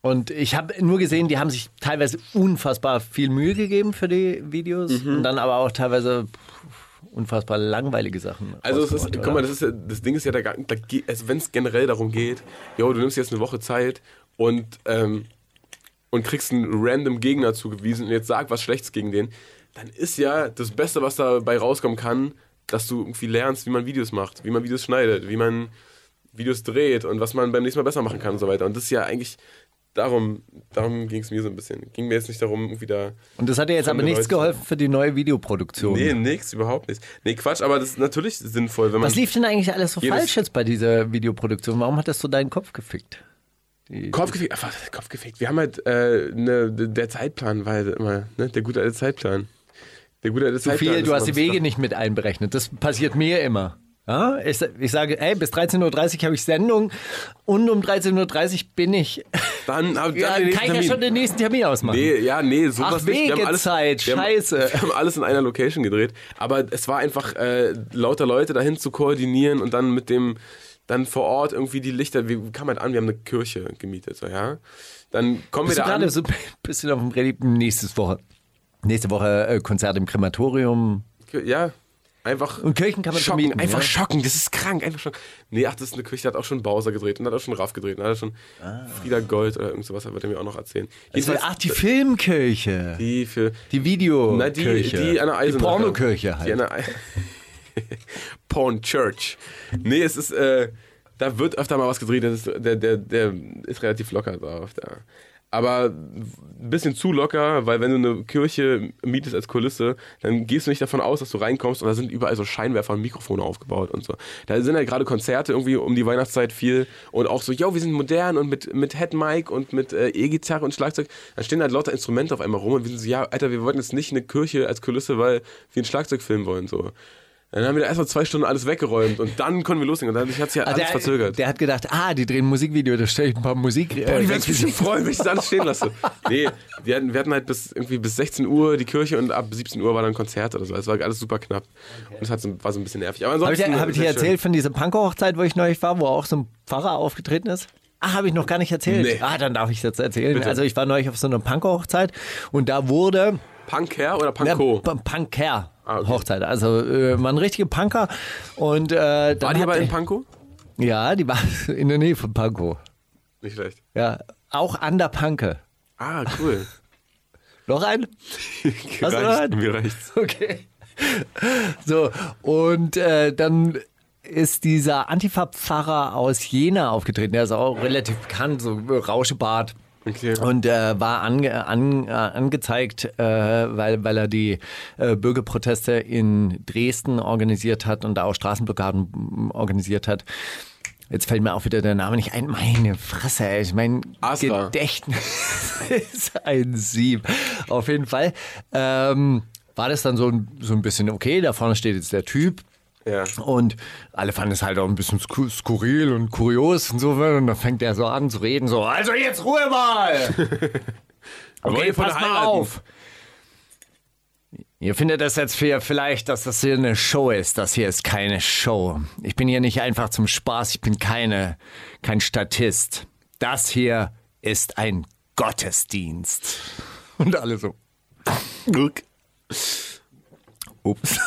Und ich habe nur gesehen, die haben sich teilweise unfassbar viel Mühe gegeben für die Videos
Mhm.
und dann aber auch teilweise pff, unfassbar langweilige Sachen.
Also es ist,
rausgebracht,
guck mal,
oder?
das, ist, ja- das Ding ist ja, da, gar- da, ge- also wenn es generell darum geht, yo, du nimmst jetzt eine Woche Zeit und, ähm, und kriegst einen random Gegner zugewiesen und jetzt sag was Schlechtes gegen den, dann ist ja das Beste, was dabei rauskommen kann, dass du irgendwie lernst, wie man Videos macht, wie man Videos schneidet, wie man Videos dreht und was man beim nächsten Mal besser machen kann und so weiter. Und das ist ja eigentlich Darum, darum ging es mir so ein bisschen. Ging mir jetzt nicht darum, irgendwie da.
Und das hat dir jetzt aber
fremde
nichts
Leute-
geholfen für die neue Videoproduktion.
Nee, nix, überhaupt nicht. Nee, Quatsch, aber das ist natürlich sinnvoll, wenn man.
Was lief denn eigentlich alles so
Jedes-
falsch jetzt bei dieser Videoproduktion? Warum hat das so deinen Kopf gefickt?
Kopf gefickt, einfach Kopf gefickt. Wir haben halt, äh, ne, der Zeitplan war halt immer, ne, der gute alte Zeitplan. Der gute alte
Zu
Zeitplan.
viel,
ist
du hast
immer
die Wege
das-
nicht mit einberechnet. Das passiert mir immer. Ja? Ich, sa- ich sage, ey, bis 13.30 Uhr habe ich Sendung und um 13.30 Uhr bin ich.
Dann, hab- dann
Ja,
den
kann ich
nächsten
ja
Termin.
schon den nächsten Termin ausmachen.
Nee, ja, nee, sowas
Ach,
nicht. Wir haben alles-
Wegezeit,
wir haben-
scheiße.
Wir haben alles in einer Location gedreht, aber es war einfach äh, lauter Leute dahin zu koordinieren und dann mit dem, dann vor Ort irgendwie die Lichter, wir kamen halt an, wir haben eine Kirche gemietet, so, ja. Dann kommen
Bist du
wir da an.
gerade so ein bisschen auf dem Reddit? Nächstes Woche. Nächste Woche äh, Konzert im Krematorium.
ja, einfach.
Und Kirchen kann man
schocken,
vermieten,
Einfach
ja.
schocken, das ist krank, einfach schocken. Nee, ach, das ist eine Kirche, da hat auch schon Bowser gedreht und hat auch schon Raff gedreht und hat auch schon
Ah.
Frieda Gold oder irgend sowas, wird er mir auch noch erzählen. Jedenfalls-
Ach, die Filmkirche. Die,
die für.
Video.
Na, die, die an der
Die
Eisenach.
Pornokirche
Die an
halt.
der Ei- Porn Church. Nee, es ist, äh, da wird öfter mal was gedreht, das ist, der, der, der ist relativ locker drauf da. Aber ein bisschen zu locker, weil wenn du eine Kirche mietest als Kulisse, dann gehst du nicht davon aus, dass du reinkommst und da sind überall so Scheinwerfer und Mikrofone aufgebaut und so. Da sind halt gerade Konzerte irgendwie um die Weihnachtszeit viel und auch so, yo, wir sind modern und mit, mit Head-Mic und mit äh, E-Gitarre und Schlagzeug. Da stehen halt lauter Instrumente auf einmal rum und wir sind so, ja, Alter, wir wollten jetzt nicht eine Kirche als Kulisse, weil wir ein Schlagzeug filmen wollen, so. Dann haben wir da erstmal zwei Stunden alles weggeräumt und dann konnten wir loslegen und dadurch hat sich ja
Ah,
alles
der,
verzögert.
der hat gedacht, ah, die drehen ein Musikvideo, da stelle ich ein paar Musik.
Boah,
äh,
die werden sich freuen, wenn ich das alles stehen lasse. Nee, wir hatten, wir hatten halt bis irgendwie bis 16 Uhr die Kirche und ab 17 Uhr war dann Konzert oder so. Also Es war alles super knapp. Und es hat so, war so ein bisschen nervig. Aber
Habe ich,
ansonsten.
dir- hab ich dir
sehr
erzählt von dieser Panko-Hochzeit, wo ich neulich war, wo auch so ein Pfarrer aufgetreten ist? Ah, habe ich noch gar nicht erzählt.
Nee.
Ah, dann darf ich jetzt erzählen.
Bitte.
Also ich war neulich auf so einer Panko-Hochzeit und da wurde
Schön. Punker oder
Ja,
Panko?
P- Punker.
Ah, okay.
Hochzeit, also äh, waren richtige Punker und äh, dann
war die
hat-
aber in Panko?
ja, die war in der Nähe von Panko,
Nicht schlecht.
ja, auch an der Panke.
Ah, cool.
Noch ein? Hast du
Gereicht,
gehört?
Mir reicht's.
Okay. So, und äh, dann ist dieser Antifa-Pfarrer aus Jena aufgetreten. Der ist auch relativ bekannt, so Rauschebart.
Okay.
Und äh, war ange an, äh, angezeigt, äh, weil, weil er die äh, Bürgerproteste in Dresden organisiert hat und da auch Straßenblockaden m, organisiert hat. Jetzt fällt mir auch wieder der Name nicht ein. Meine Fresse, ey. Ich mein
Asra.
Gedächtnis ist ein Sieb. Auf jeden Fall ähm, war das dann so ein, so ein bisschen okay. Da vorne steht jetzt der Typ.
Ja.
Und alle fanden es halt auch ein bisschen sku- skurril und kurios und so. ne? Und dann fängt er so an zu reden, so, also jetzt Ruhe mal!
Wollt
Okay,
ihr von
passt mal
heiraten?
auf. Ihr findet das jetzt für vielleicht, dass das hier eine Show ist. Das hier ist keine Show. Ich bin hier nicht einfach zum Spaß. Ich bin keine, kein Statist. Das hier ist ein Gottesdienst. Und alle so. Ups.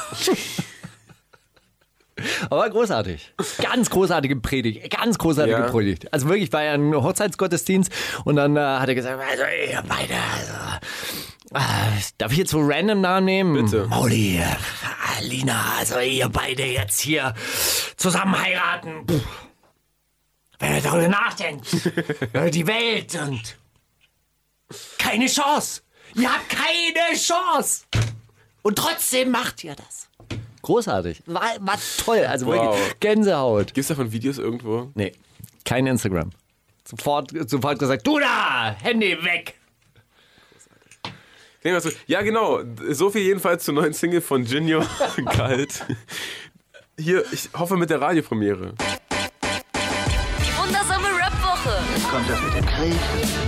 Aber großartig. Ganz großartige Predigt. Ganz großartige
Ja.
Predigt. Also wirklich, war ja ein Hochzeitsgottesdienst und dann äh, hat er gesagt, also ihr beide, also, äh, darf ich jetzt so random Namen nehmen?
Bitte.
Mauli, Alina, also ihr beide jetzt hier zusammen heiraten. Puh. Wenn ihr darüber nachdenkt, äh, die Welt und keine Chance. Ihr habt keine Chance. Und trotzdem macht ihr das. Großartig. War, war toll. Also
Wow.
wirklich Gänsehaut.
Gibt's davon Videos irgendwo?
Nee, kein Instagram. Sofort, sofort gesagt, du da, Handy weg.
Klingt das so- Ja, genau. So viel jedenfalls zur neuen Single von Jinjo Kalt. Hier, ich hoffe mit der Radiopremiere.
Die wundersame Rap-Woche.
Kommt das mit dem Krieg,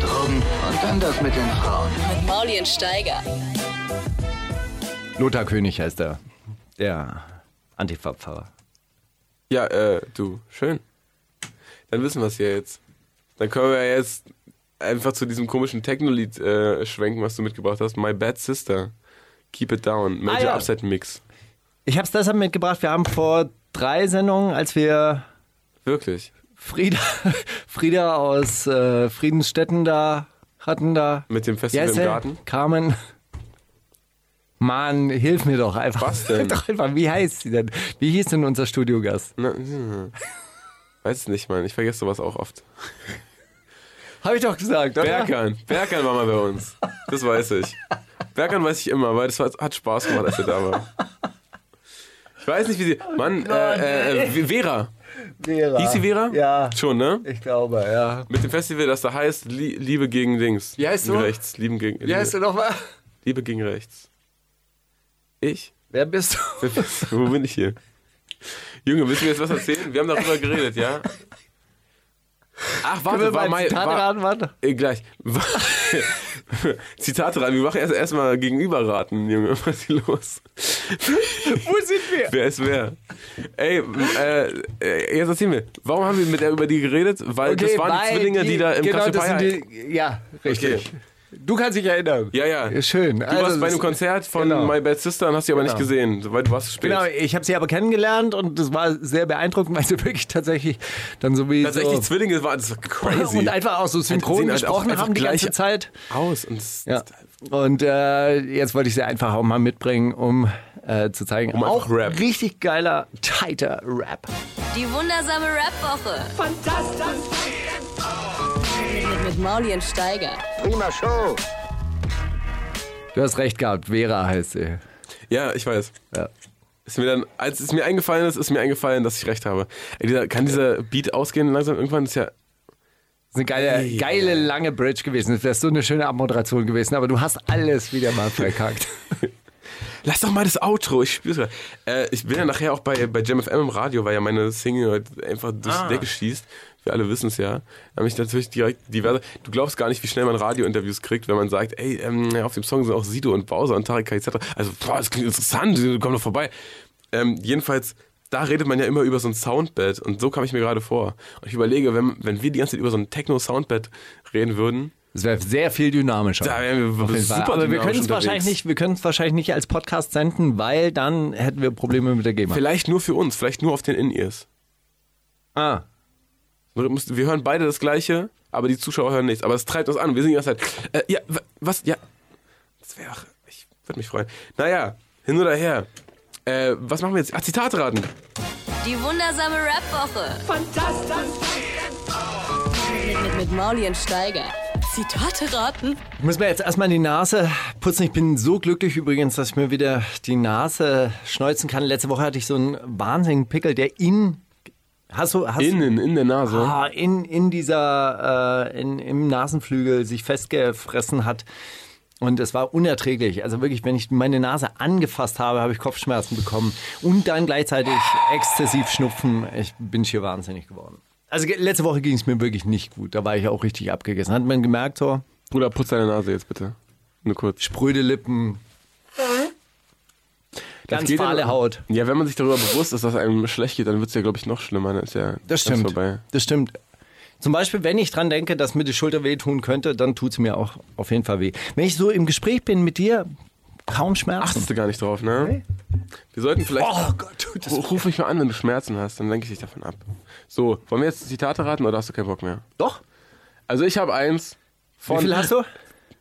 Drogen und dann das mit den Frauen.
Mit Mauli und Steiger.
Lothar König heißt er. Der Antifa-Pfarrer.
Ja, äh, du, schön. Dann wissen wir es ja jetzt. Dann können wir jetzt einfach zu diesem komischen Techno-Lied äh, schwenken, was du mitgebracht hast. My Bad Sister. Keep It Down. Major
Ah, ja.
Upset Mix.
Ich habe es deshalb mitgebracht. Wir haben vor drei Sendungen, als wir
Wirklich.
Frieda, Frieda aus äh, Friedensstetten da hatten, da.
Mit dem
Wie
Festival
heißt
im
der?
Garten.
Carmen. Mann, hilf mir doch einfach.
Was denn?
Doch einfach, wie heißt sie denn? Wie hieß denn unser Studiogast?
Na, hm. Weiß es nicht, Mann. Ich vergesse sowas auch oft.
Habe ich doch gesagt, oder?
Berkan. Berkan war mal bei uns. Das weiß ich. Berkan weiß ich immer, weil das hat hat Spaß gemacht, als er da war. Ich weiß nicht, wie sie.
Oh
Mann, äh, äh, Vera.
Vera.
Hieß sie Vera?
Ja,
Schon, ne?
ich glaube, ja.
Mit dem Festival, das da heißt Lie- Liebe gegen Links.
Wie heißt
Liebe
du?
Rechts. Lieben gegen,
Wie heißt du nochmal?
Liebe gegen Rechts. Ich?
Wer bist du?
Wo bin ich hier? Junge, willst du mir jetzt was erzählen? Wir haben darüber geredet, ja? Ach,
Können wir
warte, war
mal ein
mein.
Zitat
War,
raten, warte.
äh, gleich. War, Zitate rein. Wir machen erst erstmal gegenüberraten, Junge. Was ist hier los?
Wo sind wir?
Wer ist wer? Ey, äh, äh, jetzt erzähl mir, warum haben wir mit der über die geredet? Weil das waren die
weil
Zwillinge, die, da im
genau, das
Cassiopeia-
sind die, Ja, richtig. Du kannst dich erinnern.
Ja, ja.
Schön. Also,
Du warst bei einem Konzert von
genau.
My Bad Sister und hast sie aber
Genau.
nicht gesehen, weil du warst zu spät.
Genau, ich habe sie aber kennengelernt und das war sehr beeindruckend, weil sie wirklich tatsächlich dann so wie
Tatsächlich
so
Zwillinge waren, das war crazy.
und einfach also auch so synchron
sehen halt
gesprochen
auch einfach
haben die
gleich
ganze Zeit.
aus und das-
Ja. Und äh, jetzt wollte ich sie einfach auch mal mitbringen, um äh, zu zeigen,
Um einfach
auch
Rap.
richtig geiler, tighter Rap.
Die wundersame Rap-Woche. Fantastisch. Mit, mit Mauli und Steiger.
Prima Show.
Du hast recht gehabt, Vera heißt sie.
ja, ich weiß.
Ja.
Ist mir dann, als es mir eingefallen ist, ist mir eingefallen, dass ich recht habe. Ey, dieser, kann dieser Beat ausgehen langsam irgendwann? Ist ja,
Das ist eine geile, geile lange Bridge gewesen. Das wäre so eine schöne Abmoderation gewesen, aber du hast alles wieder mal verkackt.
lass doch mal das Outro, ich spür's grad. äh, Ich bin ja nachher auch bei, bei JamFM im Radio, weil ja meine Single heute einfach durch
Ah.
die Decke schießt. Wir alle wissen es ja. Da habe ich natürlich direkt diverse. Du glaubst gar nicht, wie schnell man Radiointerviews kriegt, wenn man sagt, ey, ähm, auf dem Song sind auch Sido und Bowser und Tarek etc. Also, boah, das klingt interessant, komm doch vorbei. Ähm, jedenfalls, da redet man ja immer über so ein Soundbed und so kam ich mir gerade vor. Und ich überlege, wenn, wenn wir die ganze Zeit über so ein Techno-Soundbed reden würden,
Es wäre sehr viel dynamischer.
Da wären wir
Auf jeden Fall.
super
aber wir
dynamisch
können es wahrscheinlich
unterwegs.
nicht, wir können es wahrscheinlich nicht als Podcast senden, weil dann hätten wir Probleme mit der GEMA.
vielleicht nur für uns, vielleicht nur auf den In-Ears.
Ah,
Wir müssen- wir hören beide das Gleiche, aber die Zuschauer hören nichts. Aber es treibt uns an. Wir sind die ganze Zeit. Äh, ja, wa- was? Ja. Das wäre. Ich würde mich freuen. Naja, hin oder her. Äh, was machen wir jetzt? Ach, Zitatraten.
Die wundersame Rap-Woche. Fantastisch. Mit, mit, mit Mauli und Steiger.
Zitate raten?
ich muss mir jetzt erstmal die Nase putzen. Ich bin so glücklich übrigens, dass ich mir wieder die Nase schneuzen kann. Letzte Woche hatte ich so einen wahnsinnigen Pickel, der in. Hast du. Hast
Innen, in der Nase.
Ah, in, in dieser, äh, in, im Nasenflügel sich festgefressen hat. Und es war unerträglich. Also wirklich, wenn ich meine Nase angefasst habe, habe ich Kopfschmerzen bekommen. Und dann gleichzeitig exzessiv schnupfen. Ich bin hier wahnsinnig geworden. Also ge- letzte Woche ging es mir wirklich nicht gut. Da war ich auch richtig abgegessen. Hat man gemerkt, so
Bruder, putz deine Nase jetzt bitte. Nur kurz.
spröde Lippen. Ganz fahle
ja,
Haut.
Ja, wenn man sich darüber bewusst ist, dass einem schlecht geht, dann wird es ja, glaube ich, noch schlimmer. Dann ist ja ganz vorbei.
Das stimmt. Zum Beispiel, wenn ich dran denke, dass mir die Schulter wehtun könnte, dann tut es mir auch auf jeden Fall weh. Wenn ich so im Gespräch bin mit dir, kaum Schmerzen.
Achtest du gar nicht drauf, ne? Wir sollten vielleicht.
oh Gott, tut das.
Ru- Ruf mich mal an, wenn du Schmerzen hast, dann lenke ich dich davon ab. So, wollen wir jetzt Zitate raten oder hast du keinen Bock mehr?
Doch.
Also ich habe eins von.
Wie viel hast du?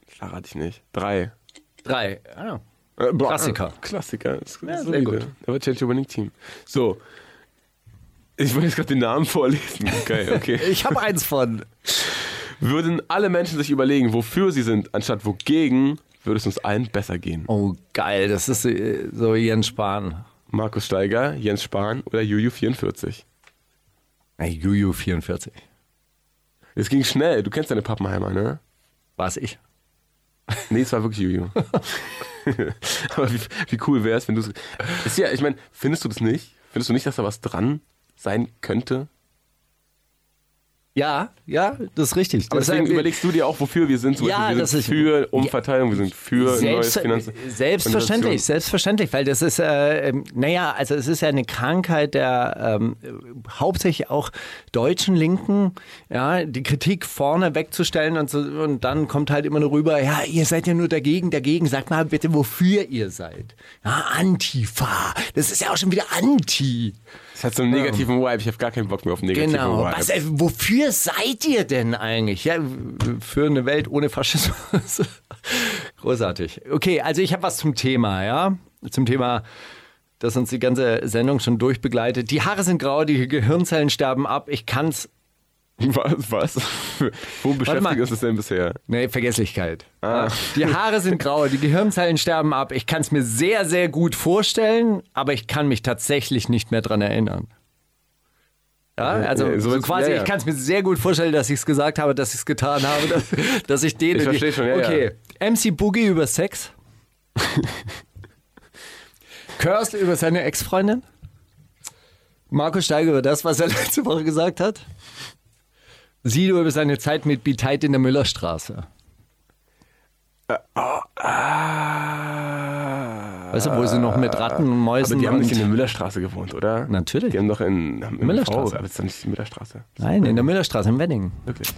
Verrate Ah, ich nicht. Drei.
Drei. Ah.
Äh, boah,
Klassiker.
äh, Klassiker. Ist,
Ja,
ist
sehr
solide.
gut.
Aber Change Winning Team. So. Ich wollte jetzt gerade den Namen vorlesen. Okay, okay.
Ich habe eins von.
Würden alle Menschen sich überlegen, wofür sie sind, anstatt wogegen, würde es uns allen besser gehen.
Oh, geil. Das ist äh, so Jens Spahn.
Markus Steiger, Jens Spahn oder Juju44.
Ey, Juju 44.
Es ging schnell. Du kennst deine Pappenheimer, ne?
War's ich.
Nee, es war wirklich Juju. Aber wie, wie cool wäre es, wenn du es. Ist ja, ich meine, findest du das nicht? Findest du nicht, dass da was dran sein könnte?
Ja, ja, das ist richtig.
Aber
Das ist
deswegen
ein-
überlegst du dir auch, wofür wir sind. Zum
Ja,
Beispiel, wir
das
sind
ist-
für Umverteilung, wir sind für neues
Selbst,
Finanz.
selbstverständlich, selbstverständlich, weil das ist, äh, ähm, naja, also es ist ja eine Krankheit der ähm, äh, hauptsächlich auch deutschen Linken, ja, die Kritik vorne wegzustellen und, so, und dann kommt halt immer nur rüber, ja, ihr seid ja nur dagegen, dagegen, sagt mal bitte, wofür ihr seid. Ja, Antifa, das ist ja auch schon wieder Anti.
Das hat so einen negativen Vibe. Ich habe gar keinen Bock mehr auf einen negativen
Genau.
Vibe.
Was, äh, wofür seid ihr denn eigentlich? Ja, w- für eine Welt ohne Faschismus. Großartig. Okay, also ich habe was zum Thema, ja? Zum Thema, das uns die ganze Sendung schon durchbegleitet. Die Haare sind grau, die Gehirnzellen sterben ab. Ich kann's
Was? was? Wo beschäftigt
mal.
ist es denn bisher?
Nee, Vergesslichkeit.
Ah.
Ja. Die Haare sind grau, die Gehirnzellen sterben ab. Ich kann es mir sehr, sehr gut vorstellen, aber ich kann mich tatsächlich nicht mehr dran erinnern. Ja, also
ja, so
so
ist-
quasi,
ja, ja.
ich kann es mir sehr gut vorstellen, dass ich es gesagt habe, dass ich es getan habe, dass, dass ich den.
Ich versteh schon, ja,
Okay, MC Boogie über Sex. Curse über seine Ex-Freundin. Marco Steiger über das, was er letzte Woche gesagt hat. Sido über seine Zeit mit Biteit in der Müllerstraße.
Ah.
Weißt du, wo sie noch mit Ratten und Mäusen
Aber die haben
und
nicht in der Müllerstraße gewohnt, oder?
Natürlich.
Die haben doch in, haben in
Müllerstraße.
V, Aber das ist doch nicht die Müllerstraße. Mhm.
Nein, in der Müllerstraße in Wedding.
Wirklich.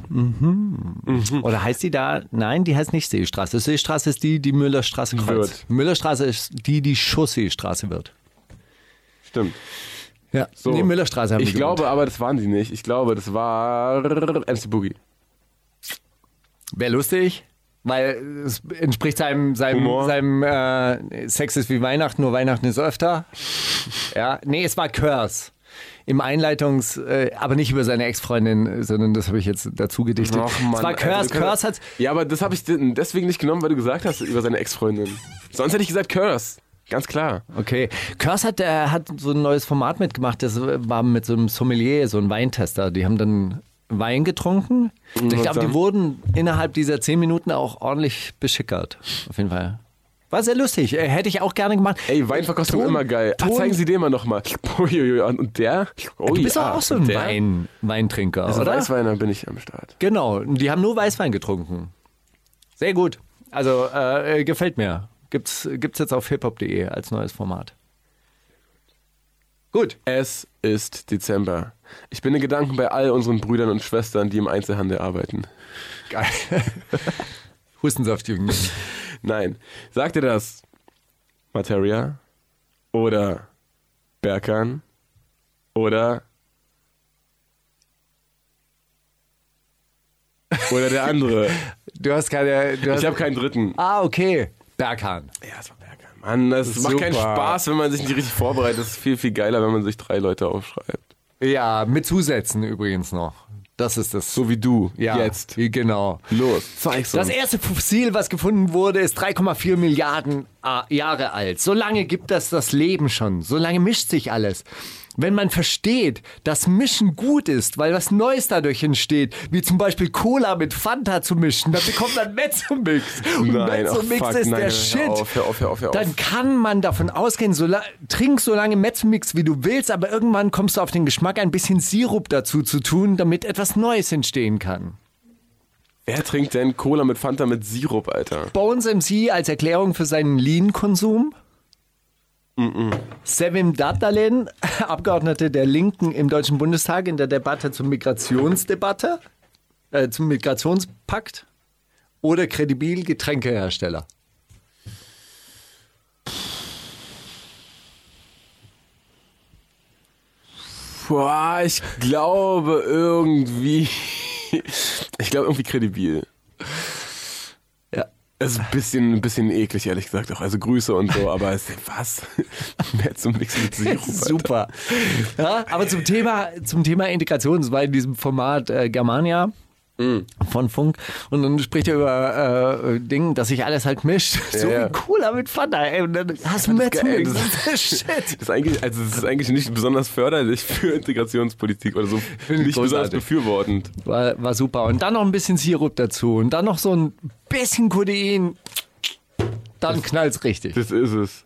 Oder heißt die da? Nein, die heißt nicht Seestraße. Seestraße ist die, die Müllerstraße kreuzt.
Wird.
Müllerstraße ist die, die Schussseestraße wird.
Stimmt.
Ja, so.
So.
die Müllerstraße haben die
Ich
gewohnt.
glaube aber, das waren sie nicht. Ich glaube, das war MC Boogie.
Wäre lustig, weil es entspricht seinem, seinem,
Humor.
seinem äh, Sex ist wie Weihnachten, nur Weihnachten ist öfter. Ja, nee, es war Curse. Im Einleitungs, äh, aber nicht über seine Ex-Freundin, sondern das habe ich jetzt dazu gedichtet. es war Curse.
Alter, du kannst-
Curse hat,
Ja, aber das habe ich deswegen nicht genommen, weil du gesagt hast über seine Ex-Freundin. Sonst hätte ich gesagt Curse. Ganz klar.
Okay. Curse hat, äh, hat so ein neues Format mitgemacht. Das war mit so einem Sommelier, so einem Weintester. Die haben dann Wein getrunken. Ich glaube, die
Mhm, dann-
wurden innerhalb dieser zehn Minuten auch ordentlich beschickert. Auf jeden Fall. War sehr lustig. Äh, Hätte ich auch gerne gemacht.
Ey, Weinverkostung
Ton-
immer geil. Ah,
Ton-
zeigen Sie den mal nochmal. Uiuiui, Und der? Oh,
Du bist
ja.
doch auch so
Und
ein
der?
Wein, Weintrinker,
Also
oder?
Weißweiner bin ich am Start.
Genau. Die haben nur Weißwein getrunken. Sehr gut. Also, äh, äh, gefällt mir. Gibt's, gibt's jetzt auf hiphop.de als neues Format. Gut.
Es ist Dezember. Ich bin in Gedanken bei all unseren Brüdern und Schwestern, die im Einzelhandel arbeiten.
Geil. Hustensaft, Jürgen.
Nein. Sagt ihr das? Materia? Oder Berkan? Oder. Oder der andere.
Du hast keine. Du hast
Ich habe keinen dritten.
ah, okay. Berghahn.
Ja, es war Berkan. Mann, das macht keinen
Super.
Spaß, wenn man sich nicht richtig vorbereitet. Es ist viel, viel geiler, wenn man sich drei Leute aufschreibt.
Ja, mit Zusätzen übrigens noch. Das ist das.
So wie du.
ja,
Jetzt.
Genau.
Los. Zeig's
Das
uns.
erste Fossil, was gefunden wurde, ist 3,4 Milliarden A- Jahre alt. So lange gibt das das Leben schon. So lange mischt sich alles. Wenn man versteht, dass Mischen gut ist, weil was Neues dadurch entsteht, wie zum Beispiel Cola mit Fanta zu mischen, dann bekommt man Mezzomix. Und
Nein, ach,
Mezzomix
fuck,
ist
nein,
der
hör
Shit.
auf, hör auf, hör auf, hör auf.
Dann kann man davon ausgehen, so la- trink so lange Metzmix, wie du willst, aber irgendwann kommst du auf den Geschmack, ein bisschen Sirup dazu zu tun, damit etwas Neues entstehen kann.
Wer trinkt denn Cola mit Fanta mit Sirup, Alter?
Bones MC als Erklärung für seinen Lean-Konsum. Sevim Datalin, Abgeordnete der Linken im Deutschen Bundestag in der Debatte zur Migrationsdebatte, äh, zum Migrationspakt oder kredibil Getränkehersteller.
Boah, ich glaube irgendwie. Ich glaube irgendwie kredibil.
Ja.
Es ist ein bisschen, ein bisschen eklig, ehrlich gesagt auch. Also Grüße und so, aber es, was? Mehr zum Nix mit Sirup. Alter.
Super. Ja, aber zum Thema, zum Thema Integration, es war in diesem Format äh, Germania. Von Funk. Und dann spricht er über äh, Ding, dass sich alles halt mischt. so
ja.
wie Cola mit Fanta. Ey. Und dann hast du Metz
geil.
mit.
Das-
Das ist der Shit.
Das ist, eigentlich, also es ist eigentlich nicht besonders förderlich für Integrationspolitik oder so.
ich
Nicht besonders
großartig.
befürwortend.
War, war super. Und dann noch ein bisschen Sirup dazu. Und dann noch so ein bisschen Kodein. Dann knallt's richtig.
Das ist es.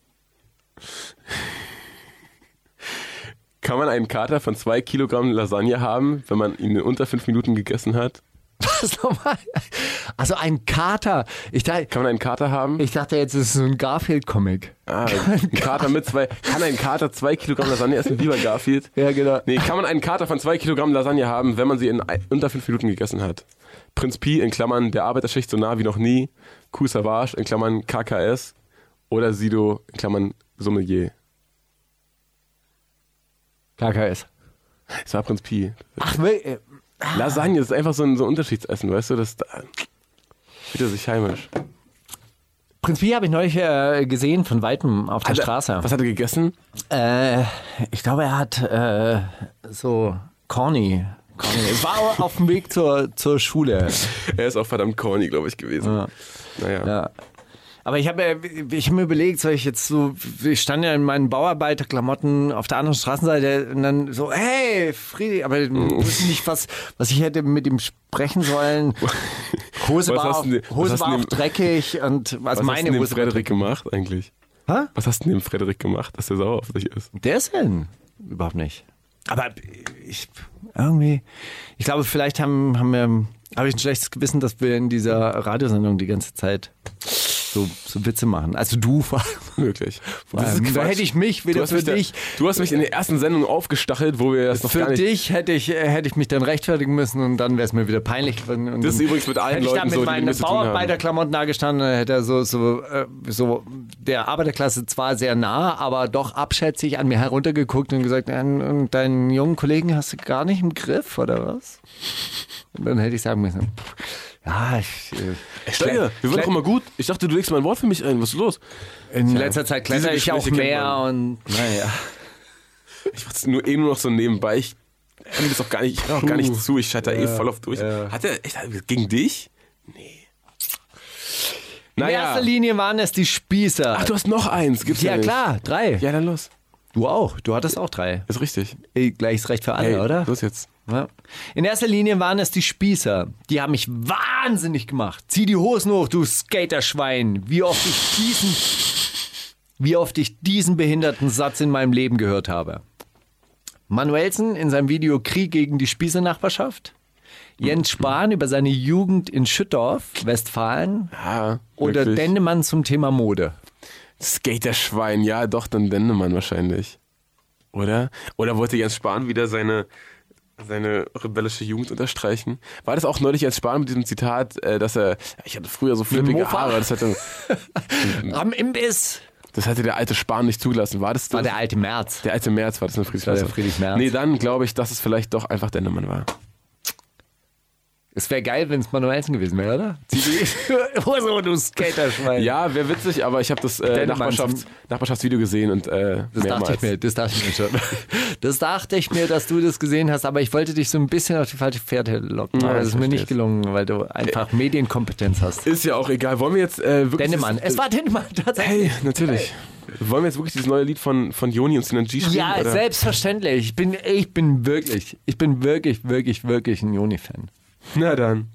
Kann man einen Kater von zwei Kilogramm Lasagne haben, wenn man ihn in unter fünf Minuten gegessen hat?
Was nochmal? Also ein Kater. Ich, dachte-
Kann man einen Kater haben?
ich dachte jetzt, es ist so ein Garfield-Comic.
Ah, ein Kater mit zwei. Kann ein Kater zwei Kilogramm Lasagne essen, lieber Garfield?
Ja, genau.
Nee, kann man einen Kater von zwei Kilogramm Lasagne haben, wenn man sie in ein- unter fünf Minuten gegessen hat? Prinz Pi in Klammern der Arbeiterschicht so nah wie noch nie. Kuh Savage in Klammern KKS. Oder Sido in Klammern Sommelier.
KKS.
Es war Prinz Pi.
Ach, will- äh, Ah.
Lasagne ist einfach so ein, so ein Unterschiedsessen, weißt du? Das da, fühlt er sich heimisch.
Prinz Pi habe ich neulich äh, gesehen von Weitem auf der Straße.
Also, Was hat er gegessen?
Äh, ich glaube, er hat äh, so Corny Corny. War auf dem Weg zur, zur Schule.
Er ist auch verdammt corny, glaube ich, gewesen. Naja.
Ah. Ja. Aber ich habe äh, ich hab mir überlegt, soll ich jetzt so, ich stand ja in meinen Bauarbeiterklamotten auf der anderen Straßenseite und dann so, hey, Friedi, aber ich
Oh.
wusste nicht, was, was ich hätte mit ihm sprechen sollen. Hose
Was
war,
hast
auf,
du denn- was
Hose
hast
war
du
auch
denn-
dreckig und also
Was hast du
meine
denn dem
Hose war
Frederik gemacht eigentlich?
Hä?
Was hast du denn dem Frederik gemacht, dass der sauer auf dich ist?
Der ist hin. Überhaupt nicht. Aber ich irgendwie, ich glaube, vielleicht haben, haben wir, habe ich ein schlechtes Gewissen, dass wir in dieser Radiosendung die ganze Zeit so, so Witze machen. Also du vor allem.
Möglich.
Das ist Quatsch. Du
du
hast
hast
mich da-
du hast mich in der ersten Sendung aufgestachelt, wo wir das noch
Für
gar nicht.
dich hätte ich, äh, hätte ich mich dann rechtfertigen müssen und dann wäre es mir wieder peinlich geworden. Und
Das ist
dann
übrigens mit allen
hätte ich
Leuten
da
so,
mit
die mit mir
meinen
zu tun haben.
Bauarbeiterklamotten da gestanden, dann hätte er so, so, äh, so der Arbeiterklasse zwar sehr nah, aber doch abschätzig an mir heruntergeguckt und gesagt, "Äh, und deinen jungen Kollegen hast du gar nicht im Griff, oder was? Und dann hätte ich sagen müssen, pff, ja, ich, äh,
Steiger, wir waren
Kle-
doch immer gut. Ich dachte, du legst mal ein Wort für mich ein. Was ist los?
in letzter Zeit kletter
Diese
ich auch
Gespräche kennt
mehr
man.
und naja.
Ich mach's nur eh nur noch so nebenbei. Ich höre das auch gar nicht, ich hör auch gar nicht zu. Ich schalte da eh voll auf durch. Hat er echt gegen dich? Nee.
In
Naja.
erster Linie waren es die Spießer.
Ach, du hast noch eins. Gibt's ja,
ja
nicht.
klar, drei.
Ja, dann los.
Du auch. Du hattest auch drei.
Ist richtig.
Ey, gleiches Recht für alle,
Hey,
oder?
Los jetzt.
Ja. In erster Linie waren es die Spießer. Die haben mich wahnsinnig gemacht. Zieh die Hosen hoch, du Skaterschwein. Wie oft ich diesen, wie oft ich diesen behinderten Satz in meinem Leben gehört habe. Manuelsen in seinem Video Krieg gegen die Spießernachbarschaft. Jens Spahn über seine Jugend in Schüttorf, Westfalen.
Ah,
Oder
wirklich.
Dendemann zum Thema Mode.
Skaterschwein, ja doch, dann Dendemann wahrscheinlich. Oder? Oder wollte Jens Spahn wieder seine, seine rebellische Jugend unterstreichen? War das auch neulich Jens Spahn mit diesem Zitat, äh, dass er, ich hatte früher so flippige
Mofa?
Haare, das hatte,
Am Imbiss.
das hatte der alte Spahn nicht zugelassen. War das, das?
War der alte März.
der alte März, war das eine Friedrich
War der
Merz?
Friedrich Merz.
Nee, dann glaube ich, dass es vielleicht doch einfach Dendemann war.
Es wäre geil, wenn es Manuelsen gewesen wäre, oder? Zieh die Hose und du Skaterschwein.
Ja, wäre witzig, aber ich habe das äh,
Dendemann
Nachbarschafts
zum-
Nachbarschaftsvideo gesehen und äh,
Das dachte, ich mir, das dachte ich mir schon. Das dachte ich mir, dass du das gesehen hast, aber ich wollte dich so ein bisschen auf die falsche Pferde locken.
Ja,
aber es
ich
ist mir nicht
verstehe
gelungen, weil du einfach Medienkompetenz hast.
Ist ja auch egal. Wollen wir jetzt äh, wirklich...
Dennemann. Es war Dennemann tatsächlich.
Hey, natürlich. Wollen wir jetzt wirklich dieses neue Lied von, von Joni und Sinan G spielen?
ja,
oder?
selbstverständlich. Ich bin, ich bin wirklich, ich bin wirklich, wirklich, wirklich ein Joni-Fan.
Na dann.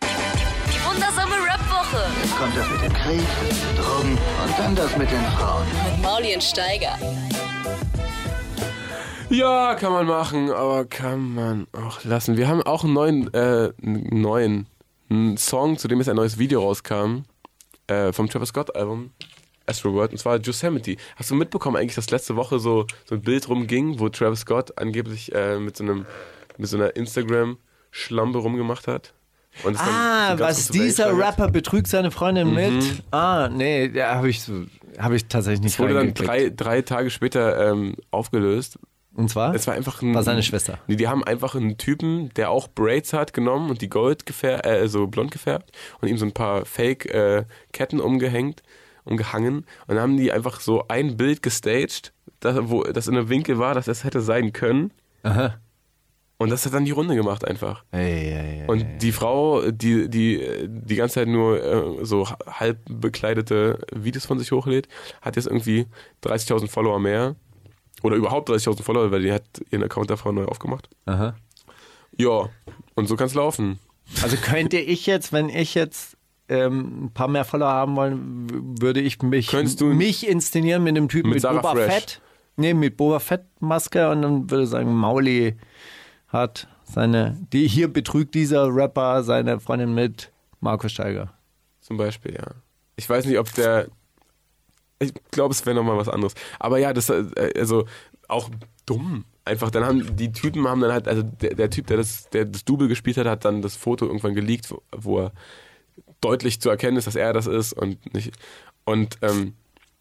Die wundersame Rap-Woche
Jetzt kommt das mit dem Krieg, Drogen und dann das mit den Frauen.
mit Maulien Steiger.
Ja, kann man machen, aber kann man auch lassen. Wir haben auch einen neuen, äh, einen neuen einen Song, zu dem jetzt ein neues Video rauskam, äh, vom Travis Scott-Album. Astro World, und zwar Yosemite. Hast du mitbekommen eigentlich, dass letzte Woche so, so ein Bild rumging, wo Travis Scott angeblich äh, mit so einem mit so einer Instagram-Schlampe rumgemacht hat? Und es dann so
Ah,
ganz
was
große Wellen
dieser
geschlagen hat.
Rapper betrügt seine Freundin mit. Ah, nee, da habe ich, so- habe ich tatsächlich nicht
Es wurde dann
reingeklickt.
drei, drei Tage später ähm, aufgelöst.
Und zwar?
Es war einfach ein.
War seine Schwester.
Nee, die haben einfach einen Typen, der auch Braids hat, genommen und die Gold gefärbt, äh, so blond gefärbt und ihm so ein paar Fake-Ketten umgehängt, umgehangen. Und dann haben die einfach so ein Bild gestaged, das, wo das in einem Winkel war, dass das hätte sein können.
Aha.
Und das hat dann die Runde gemacht einfach.
Ey, ey, ey.
Und die Frau, die die äh, die ganze Zeit nur äh, so halb bekleidete Videos von sich hochlädt, hat jetzt irgendwie 30.000 Follower mehr oder überhaupt 30.000 Follower, weil die hat ihren Account davor neu aufgemacht.
Aha.
Ja, und so kann's laufen.
Also könnte ich jetzt, wenn ich jetzt ähm, ein paar mehr Follower haben wollen, w- würde ich mich,
Könntest du-
mich inszenieren mit einem Typen
Mit
mit,
Sarah
Boba
Fresh.
Fett. Nee, mit Boba Fett Maske und dann würde sagen, Mauli hat seine, die hier betrügt dieser Rapper seine Freundin mit Markus Steiger.
Zum Beispiel, ja. Ich weiß nicht, ob der. Ich glaube, es wäre nochmal was anderes. Aber ja, das äh, also auch dumm. Einfach, dann haben die Typen haben dann halt, also der, der Typ, der das, der das Double gespielt hat, hat dann das Foto irgendwann geleakt, wo, wo er deutlich zu erkennen ist, dass er das ist und nicht. Und ähm,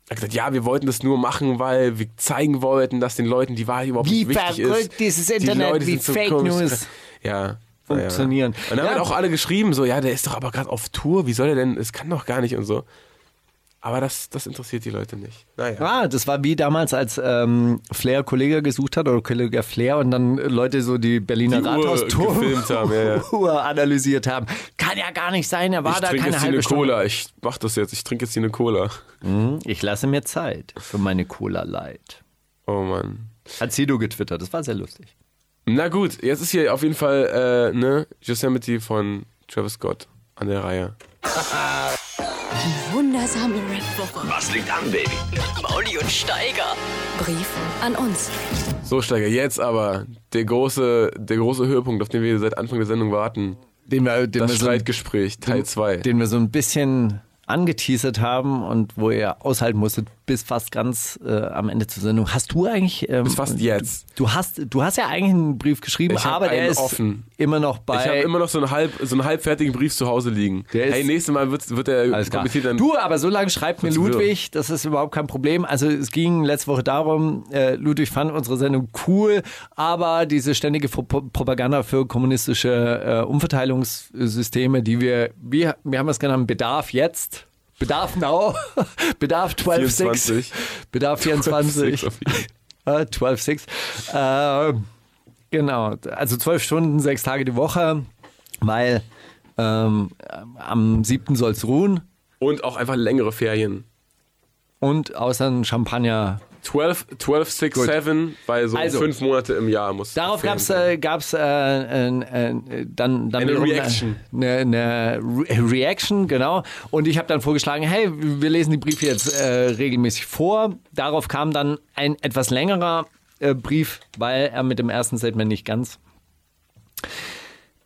er hat gesagt, ja, wir wollten das nur machen, weil wir zeigen wollten, dass den Leuten die Wahrheit überhaupt
Wie
nicht wichtig ist.
verrückt dieses
Die
Internet,
Leute
wie
sind so
Fake
komisch.
News.
Ja.
Funktionieren.
Ja. Und dann
Ja.
haben auch alle geschrieben, so, ja, der ist doch aber gerade auf Tour, wie soll er denn, es kann doch gar nicht und so. Aber das, das interessiert die Leute nicht. Naja.
Ah, das war wie damals, als ähm, Flair Kollege gesucht hat oder Kollege Flair und dann Leute so die Berliner
Die Uhr gefilmt haben, ja, ja.
Uhr analysiert haben. Kann ja gar nicht sein, er war
Ich
da
trinke
keine
jetzt hier eine
halbe Stunde.
Cola. Ich mach das jetzt. Ich trinke jetzt hier eine Cola.
Ich lasse mir Zeit für meine Cola Light.
Oh Mann.
Hat Sido getwittert, das war sehr lustig.
Na gut, jetzt ist hier auf jeden Fall äh, ne, Yosemite von Travis Scott an der Reihe.
Wundersame Rap-Woche.
Was liegt an, Baby?
Mit Mauli und Steiger.
Brief an uns.
So, Steiger, jetzt aber der große, der große Höhepunkt, auf den wir seit Anfang der Sendung warten.
Den wir, den
Das
wir so-
Streitgespräch, Teil 2.
den wir so ein bisschen angeteasert haben und wo ihr aushalten musstet bis fast ganz äh, am Ende zur Sendung. Hast du eigentlich... Ähm,
Bis fast jetzt.
Du hast, du hast ja eigentlich einen Brief geschrieben,
Ich hab
aber der
einen
ist
offen.
immer noch bei...
Ich habe immer noch so einen, halb, so einen halbfertigen Brief zu Hause liegen.
Der ist-
hey, nächstes Mal wird's, wird der
Alles klar.
Komitee dann.
Du, aber so lange schreibt mir
Kurz wirr.
Ludwig, das ist überhaupt kein Problem. Also es ging letzte Woche darum, äh, Ludwig fand unsere Sendung cool, aber diese ständige Pro- Pro- Propaganda für kommunistische äh, Umverteilungssysteme, die wir, wir, wir haben es genannt, Bedarf jetzt, Bedarf now, Bedarf 12.6,
24.
Bedarf
24
24,
auf jeden Fall.
äh, 12.6. Äh, genau, also 12 Stunden, sechs Tage die Woche, weil ähm, am 7. soll es ruhen.
Und auch einfach längere Ferien.
Und außer ein Champagner.
12, 12 6,
Gut.
7, weil so
Also.
fünf Monate im Jahr muss.
Darauf
Ferien
gab es
sein.
äh, gab's, äh, äh, äh, dann, dann
Eine
wiederum
Reaction.
Eine, eine Re Reaction, genau. Und ich habe dann vorgeschlagen, hey, wir lesen die Briefe jetzt äh, regelmäßig vor. Darauf kam dann ein etwas längerer äh, Brief, weil er mit dem ersten Statement nicht ganz,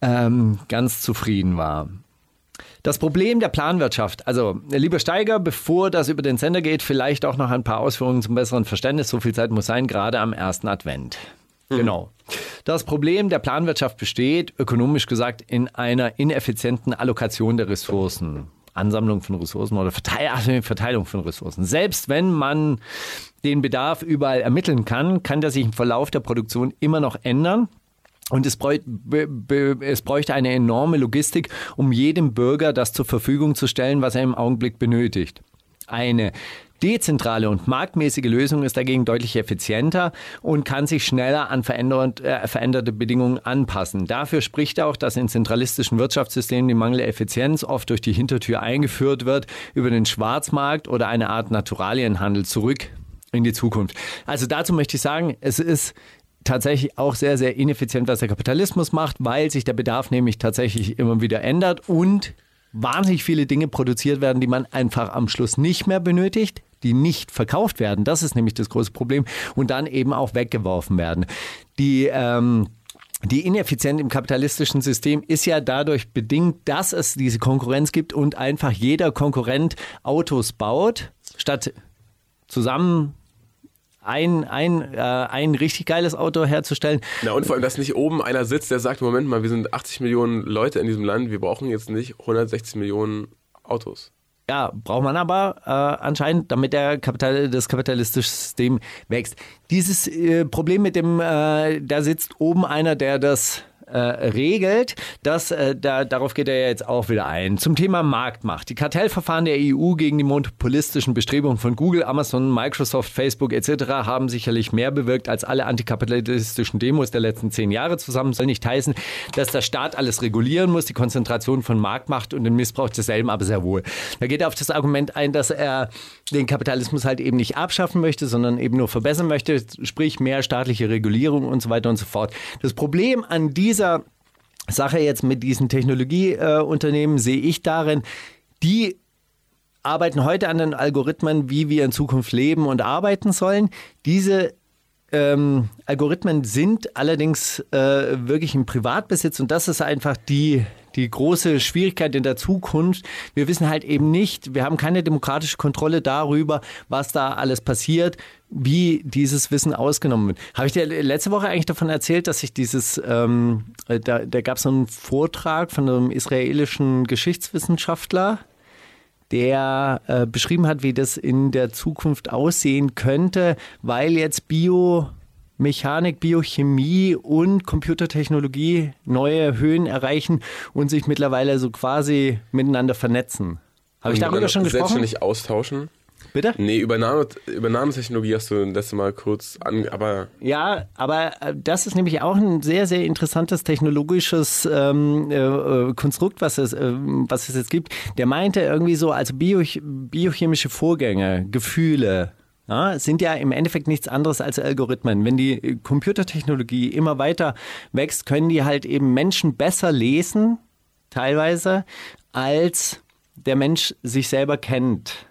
ähm, ganz zufrieden war. Das Problem der Planwirtschaft. Also, lieber Steiger, bevor das über den Sender geht, vielleicht auch noch ein paar Ausführungen zum besseren Verständnis. So viel Zeit muss sein, gerade am ersten Advent. Genau. Das Problem der Planwirtschaft besteht, ökonomisch gesagt, in einer ineffizienten Allokation der Ressourcen. Ansammlung von Ressourcen oder Verteil ach, nee, Verteilung von Ressourcen. Selbst wenn man den Bedarf überall ermitteln kann, kann der sich im Verlauf der Produktion immer noch ändern. Und es, bräut, be, be, es bräuchte eine enorme Logistik, um jedem Bürger das zur Verfügung zu stellen, was er im Augenblick benötigt. Eine dezentrale und marktmäßige Lösung ist dagegen deutlich effizienter und kann sich schneller an verändernd- äh, veränderte Bedingungen anpassen. Dafür spricht auch, dass in zentralistischen Wirtschaftssystemen die Mangel der Effizienz oft durch die Hintertür eingeführt wird, über den Schwarzmarkt oder eine Art Naturalienhandel zurück in die Zukunft. Also dazu möchte ich sagen, es ist tatsächlich auch sehr, sehr ineffizient, was der Kapitalismus macht, weil sich der Bedarf nämlich tatsächlich immer wieder ändert und wahnsinnig viele Dinge produziert werden, die man einfach am Schluss nicht mehr benötigt, die nicht verkauft werden. Das ist nämlich das große Problem und dann eben auch weggeworfen werden. Die ähm, die Ineffizienz im kapitalistischen System ist ja dadurch bedingt, dass es diese Konkurrenz gibt und einfach jeder Konkurrent Autos baut, statt zusammen ein, ein, äh, ein richtig geiles Auto herzustellen.
Na und vor allem, dass nicht oben einer sitzt, der sagt, Moment mal, wir sind 80 Millionen Leute in diesem Land, wir brauchen jetzt nicht 160 Millionen Autos.
Ja, braucht man aber äh, anscheinend, damit der Kapital, das kapitalistische System wächst. Dieses äh, Problem mit dem, äh, da sitzt oben einer, der das äh, regelt, das, äh, da, darauf geht er ja jetzt auch wieder ein. Zum Thema Marktmacht. Die Kartellverfahren der EU gegen die monopolistischen Bestrebungen von Google, Amazon, Microsoft, Facebook etc. haben sicherlich mehr bewirkt als alle antikapitalistischen Demos der letzten zehn Jahre zusammen. Soll nicht heißen, dass der Staat alles regulieren muss, die Konzentration von Marktmacht und den Missbrauch desselben aber sehr wohl. Da geht er auf das Argument ein, dass er den Kapitalismus halt eben nicht abschaffen möchte, sondern eben nur verbessern möchte, sprich mehr staatliche Regulierung und so weiter und so fort. Das Problem an dieser Sache jetzt mit diesen Technologieunternehmen äh, Unternehmen sehe ich darin, die arbeiten heute an den Algorithmen, wie wir in Zukunft leben und arbeiten sollen. Diese ähm, Algorithmen sind allerdings äh, wirklich im Privatbesitz und das ist einfach die, die große Schwierigkeit in der Zukunft. Wir wissen halt eben nicht, wir haben keine demokratische Kontrolle darüber, was da alles passiert, wie dieses Wissen ausgenommen wird. Habe ich dir letzte Woche eigentlich davon erzählt, dass ich dieses, ähm, äh, da, da gab es so einen Vortrag von einem israelischen Geschichtswissenschaftler, der äh, beschrieben hat, wie das in der Zukunft aussehen könnte, weil jetzt Biomechanik, Biochemie und Computertechnologie neue Höhen erreichen und sich mittlerweile so quasi miteinander vernetzen. Habe ich darüber schon gesprochen?
Selbstständig austauschen.
Bitte?
Nee, über, Nano, über Nanotechnologie hast du das letzte Mal kurz an, aber
Ja, aber äh, das ist nämlich auch ein sehr, sehr interessantes technologisches ähm, äh, äh, Konstrukt, was es, ähm, was es jetzt gibt. Der meinte irgendwie so, also bio, biochemische Vorgänge, Gefühle. Ja, sind ja im Endeffekt nichts anderes als Algorithmen. Wenn die äh, Computertechnologie immer weiter wächst, können die halt eben Menschen besser lesen, teilweise, als der Mensch sich selber kennt.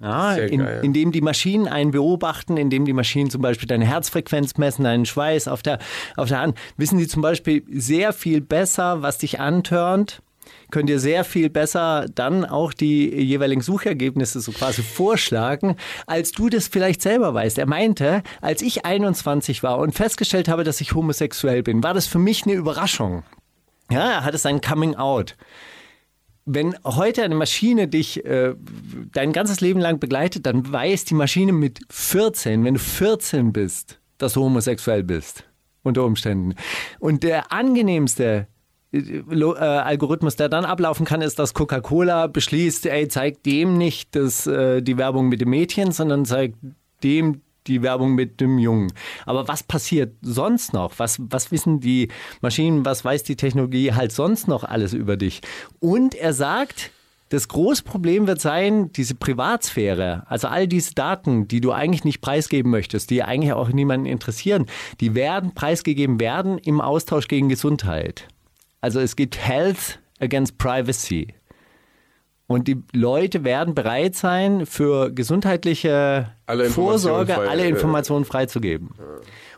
Ja,
Sehr
in,
geil.
indem die Maschinen einen beobachten, indem die Maschinen zum Beispiel deine Herzfrequenz messen, deinen Schweiß auf der, auf der Hand, wissen die zum Beispiel sehr viel besser, was dich antörnt. Könnt ihr sehr viel besser dann auch die jeweiligen Suchergebnisse so quasi vorschlagen, als du das vielleicht selber weißt. Er meinte, als ich 21 war und festgestellt habe, dass ich homosexuell bin, war das für mich eine Überraschung. Ja, er hatte sein Coming Out wenn heute eine Maschine dich äh, dein ganzes Leben lang begleitet, dann weiß die Maschine mit 14, wenn du 14 bist, dass du homosexuell bist. Unter Umständen. Und der angenehmste äh, Lo- äh, Algorithmus, der dann ablaufen kann, ist, dass Coca-Cola beschließt, ey, zeigt dem nicht das, äh, die Werbung mit dem Mädchen, sondern zeigt dem die Werbung mit dem Jungen. Aber was passiert sonst noch? Was, was wissen die Maschinen, was weiß die Technologie halt sonst noch alles über dich? Und er sagt, das große Problem wird sein, diese Privatsphäre, also all diese Daten, die du eigentlich nicht preisgeben möchtest, die eigentlich auch niemanden interessieren, die werden preisgegeben werden im Austausch gegen Gesundheit. Also es gibt Health against Privacy. Und die Leute werden bereit sein, für gesundheitliche
Alle Informationen
Vorsorge
frei-
alle
äh,
Informationen freizugeben.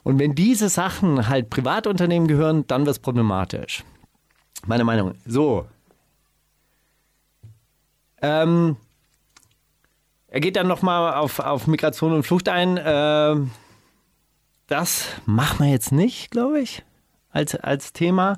Und wenn diese Sachen halt Privatunternehmen gehören, dann wird es problematisch. Meine Meinung. So. Ähm, er geht dann nochmal auf, auf Migration und Flucht ein. Ähm, das machen wir jetzt nicht, glaube ich, als, als Thema.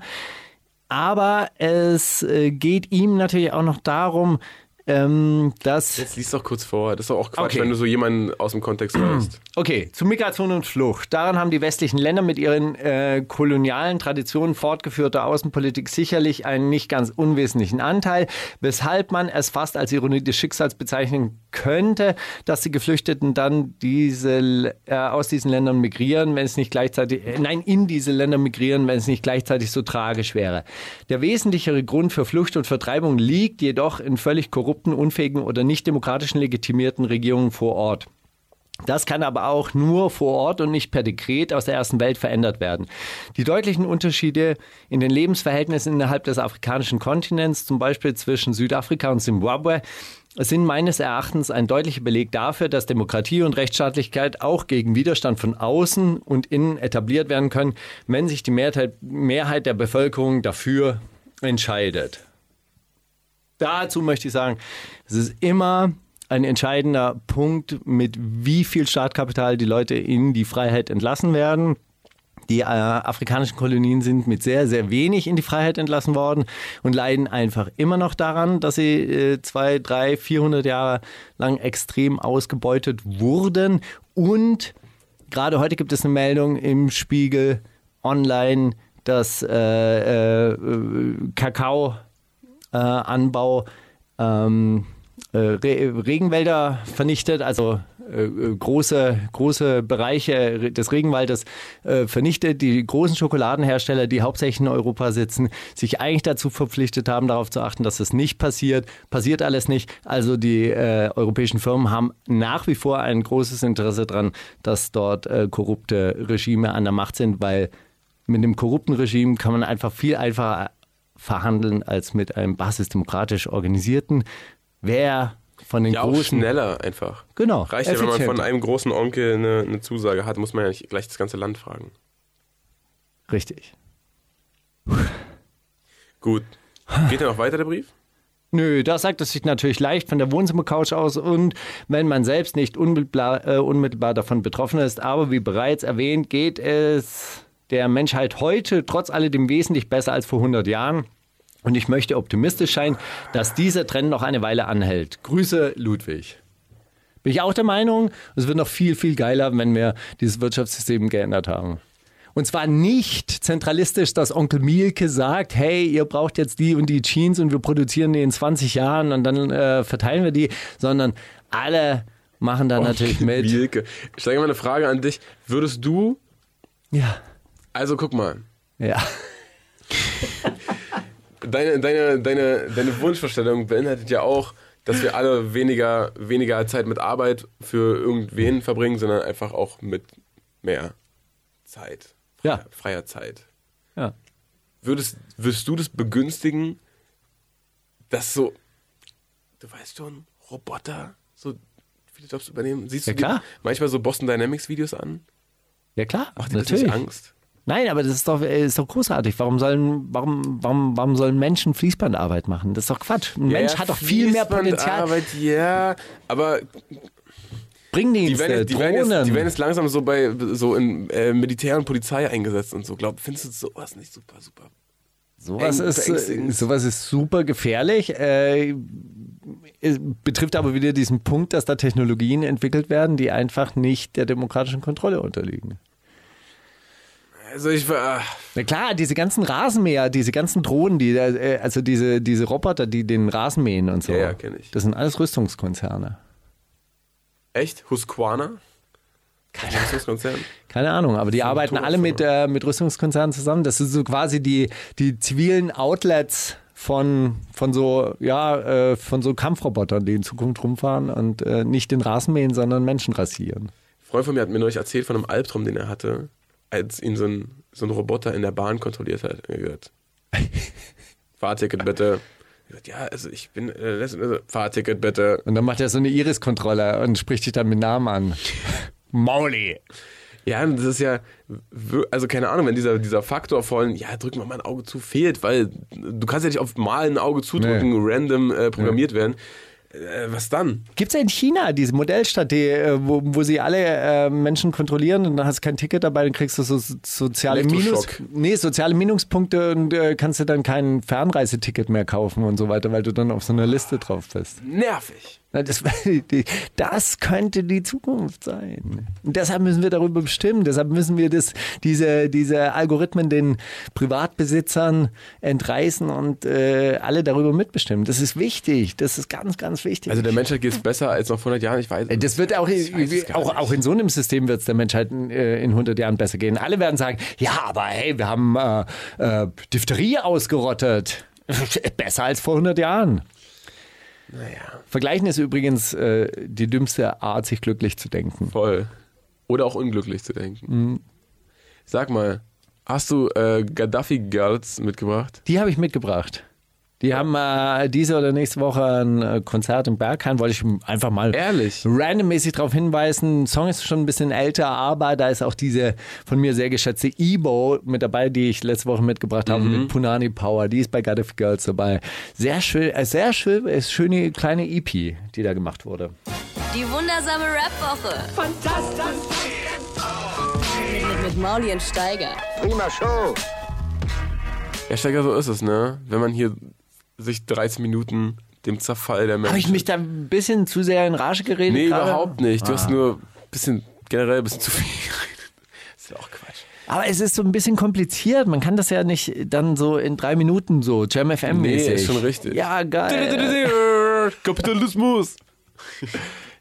Aber es äh, geht ihm natürlich auch noch darum, ähm, dass.
jetzt lies doch kurz vor. Das ist doch auch Quatsch,
Okay.
wenn du so jemanden aus dem Kontext reißt.
Okay, zu Migration und Flucht. Daran haben die westlichen Länder mit ihren äh, kolonialen Traditionen fortgeführter Außenpolitik sicherlich einen nicht ganz unwesentlichen Anteil, weshalb man es fast als Ironie des Schicksals bezeichnen könnte, dass die Geflüchteten dann diese, L- äh, aus diesen Ländern migrieren, wenn es nicht gleichzeitig, äh, nein, in diese Länder migrieren, wenn es nicht gleichzeitig so tragisch wäre. Der wesentlichere Grund für Flucht und Vertreibung liegt jedoch in völlig korrupten, unfähigen oder nicht demokratischen legitimierten Regierungen vor Ort. Das kann aber auch nur vor Ort und nicht per Dekret aus der ersten Welt verändert werden. Die deutlichen Unterschiede in den Lebensverhältnissen innerhalb des afrikanischen Kontinents, zum Beispiel zwischen Südafrika und Zimbabwe, sind meines Erachtens ein deutlicher Beleg dafür, dass Demokratie und Rechtsstaatlichkeit auch gegen Widerstand von außen und innen etabliert werden können, wenn sich die Mehrheit, Mehrheit der Bevölkerung dafür entscheidet dazu möchte ich sagen, es ist immer ein entscheidender Punkt, mit wie viel Startkapital die Leute in die Freiheit entlassen werden. Die äh, afrikanischen Kolonien sind mit sehr, sehr wenig in die Freiheit entlassen worden und leiden einfach immer noch daran, dass sie äh, zwei, drei, 400 Jahre lang extrem ausgebeutet wurden. Und gerade heute gibt es eine Meldung im Spiegel online, dass äh, äh, Kakao äh, Anbau ähm, äh, Re Regenwälder vernichtet, also äh, äh, große, große Bereiche re- des Regenwaldes äh, vernichtet. Die großen Schokoladenhersteller, die hauptsächlich in Europa sitzen, sich eigentlich dazu verpflichtet haben, darauf zu achten, dass das nicht passiert. Passiert alles nicht. Also die äh, europäischen Firmen haben nach wie vor ein großes Interesse daran, dass dort äh, korrupte Regime an der Macht sind, weil mit einem korrupten Regime kann man einfach viel einfacher verhandeln als mit einem basisdemokratisch organisierten. Wer von den
Ja, auch
großen.
schneller einfach.
Genau,
Reicht ja, wenn man von
effizienter.
einem großen Onkel eine, eine Zusage hat, muss man ja nicht gleich das ganze Land fragen.
Richtig.
Gut. Geht ja noch weiter der Brief?
Nö, da sagt es sich natürlich leicht von der Wohnzimmercouch aus und wenn man selbst nicht unmittelbar, äh, unmittelbar davon betroffen ist. Aber wie bereits erwähnt, geht es der Menschheit heute trotz alledem wesentlich besser als vor 100 Jahren. Und ich möchte optimistisch sein, dass dieser Trend noch eine Weile anhält. Grüße, Ludwig. Bin ich auch der Meinung, es wird noch viel, viel geiler, wenn wir dieses Wirtschaftssystem geändert haben. Und zwar nicht zentralistisch, dass Onkel Mielke sagt, hey, ihr braucht jetzt die und die Jeans und wir produzieren die in 20 Jahren und dann äh, verteilen wir die, sondern alle machen da natürlich mit.
Mielke. Ich sage mal eine Frage an dich. Würdest du,
Ja.
also guck mal,
Ja.
deine, deine, deine, deine Wunschvorstellung beinhaltet ja auch, dass wir alle weniger, weniger Zeit mit Arbeit für irgendwen verbringen, sondern einfach auch mit mehr Zeit. Freier,
Ja.
freier Zeit.
Ja.
Würdest, würdest du das begünstigen, dass so, du weißt schon, Roboter so viele Jobs übernehmen? Siehst
Ja,
du dir
klar.
manchmal so Boston Dynamics Videos an?
Ja klar,
Macht dir das
natürlich.
nicht Angst?
Nein, aber das ist doch, äh, ist doch großartig. Warum sollen, warum, warum, warum sollen Menschen Fließbandarbeit machen? Das ist doch Quatsch. Ein Mensch
Ja,
hat doch viel mehr Potenzial.
Fließbandarbeit, Ja, aber die
Bringdienste,
werden, jetzt, die, werden
Drohnen.
jetzt, die werden jetzt langsam so bei so in äh, Militär und Polizei eingesetzt und so. Glaub, findest du sowas nicht super, super?
sowas,
eng-
ist, äh,
beängstigend.
sowas ist super gefährlich. Äh, es betrifft aber wieder diesen Punkt, dass da Technologien entwickelt werden, die einfach nicht der demokratischen Kontrolle unterliegen.
Also ich war.
Na klar, diese ganzen Rasenmäher, diese ganzen Drohnen, die, da, äh, also diese, diese Roboter, die den Rasen mähen und so.
Ja, ja, kenn ich.
Das sind alles Rüstungskonzerne.
Echt? Husqvarna? Kein Rüstungskonzern?
Keine Ahnung, aber die arbeiten alle mit, äh, mit Rüstungskonzernen zusammen. Das sind so quasi die, die zivilen Outlets von, von so, ja, äh, von so Kampfrobotern, die in Zukunft rumfahren und äh, nicht den Rasen mähen, sondern Menschen rasieren.
Ein Freund von mir hat mir neulich erzählt von einem Albtraum, den er hatte, als ihn so ein, so ein Roboter in der Bahn kontrolliert hat. Er hat gesagt, Fahrticket bitte. Er hat gesagt, ja, also ich bin. Äh, letzte- also, Fahrticket bitte.
Und dann macht er so eine Iris-Kontrolle und spricht dich dann mit Namen an. Mauli.
Ja, das ist ja, wir- also keine Ahnung, wenn dieser, dieser Faktor von, ja, drück mal mal ein Auge zu, fehlt, weil du kannst ja nicht auf mal ein Auge zudrücken, random äh, programmiert werden. Äh, was dann?
Gibt es in China diese Modellstadt, die, äh, wo, wo sie alle äh, Menschen kontrollieren und dann hast du kein Ticket dabei, dann kriegst du so so- soziale Minus,
Elektroschock.
nee, soziale Minuspunkte und äh, kannst dir dann kein Fernreiseticket mehr kaufen und so weiter, weil du dann auf so einer Liste drauf bist.
Nervig.
Na, Das, die- das könnte die Zukunft
Hm.
sein. Und deshalb müssen wir darüber bestimmen. Deshalb müssen wir das, diese, diese Algorithmen den Privatbesitzern entreißen und äh, alle darüber mitbestimmen. Das ist wichtig. Das ist ganz, ganz wichtig.
Also der Menschheit geht es besser als noch vor 100 Jahren, ich weiß.
Äh, Das wird auch,
weiß es gar
auch,
nicht.
auch in so einem System wird es der Menschheit äh, in 100 Jahren besser gehen. Alle werden sagen, ja, aber hey, wir haben äh, äh, Diphtherie ausgerottet. Besser als vor 100 Jahren.
Naja,
Vergleichen ist übrigens äh, die dümmste Art, sich glücklich zu denken.
voll. Oder auch unglücklich zu denken.
Mhm.
Sag mal, hast du äh, Gaddafi-Girls mitgebracht?
Die habe ich mitgebracht. Die haben äh, diese oder nächste Woche ein äh, Konzert im Berghain. Wollte ich einfach mal
Ehrlich?
randommäßig darauf hinweisen. Song ist schon ein bisschen älter, aber da ist auch diese von mir sehr geschätzte Ebo mit dabei, die ich letzte Woche mitgebracht habe mit Punani Power. Die ist bei God of Girls dabei. Sehr schön, äh, sehr schön, äh, schöne kleine EP, die da gemacht wurde.
Die wundersame Rap-Woche. Fantastisch. Mit, mit Mauli und Steiger.
Prima Show.
Ja, Stecker, so ist es, ne? Wenn man hier sich 30 Minuten dem Zerfall der Menschen...
Habe ich mich da ein bisschen zu sehr in Rage geredet?
Nee,
gerade? Ah.
überhaupt nicht. Du hast nur ein bisschen, generell ein bisschen zu viel geredet. Ist ja auch Quatsch.
Aber es ist so ein bisschen kompliziert. Man kann das ja nicht dann so in drei Minuten so Jam FM mäßig.
Nee, ist schon richtig.
Ja, geil.
Kapitalismus.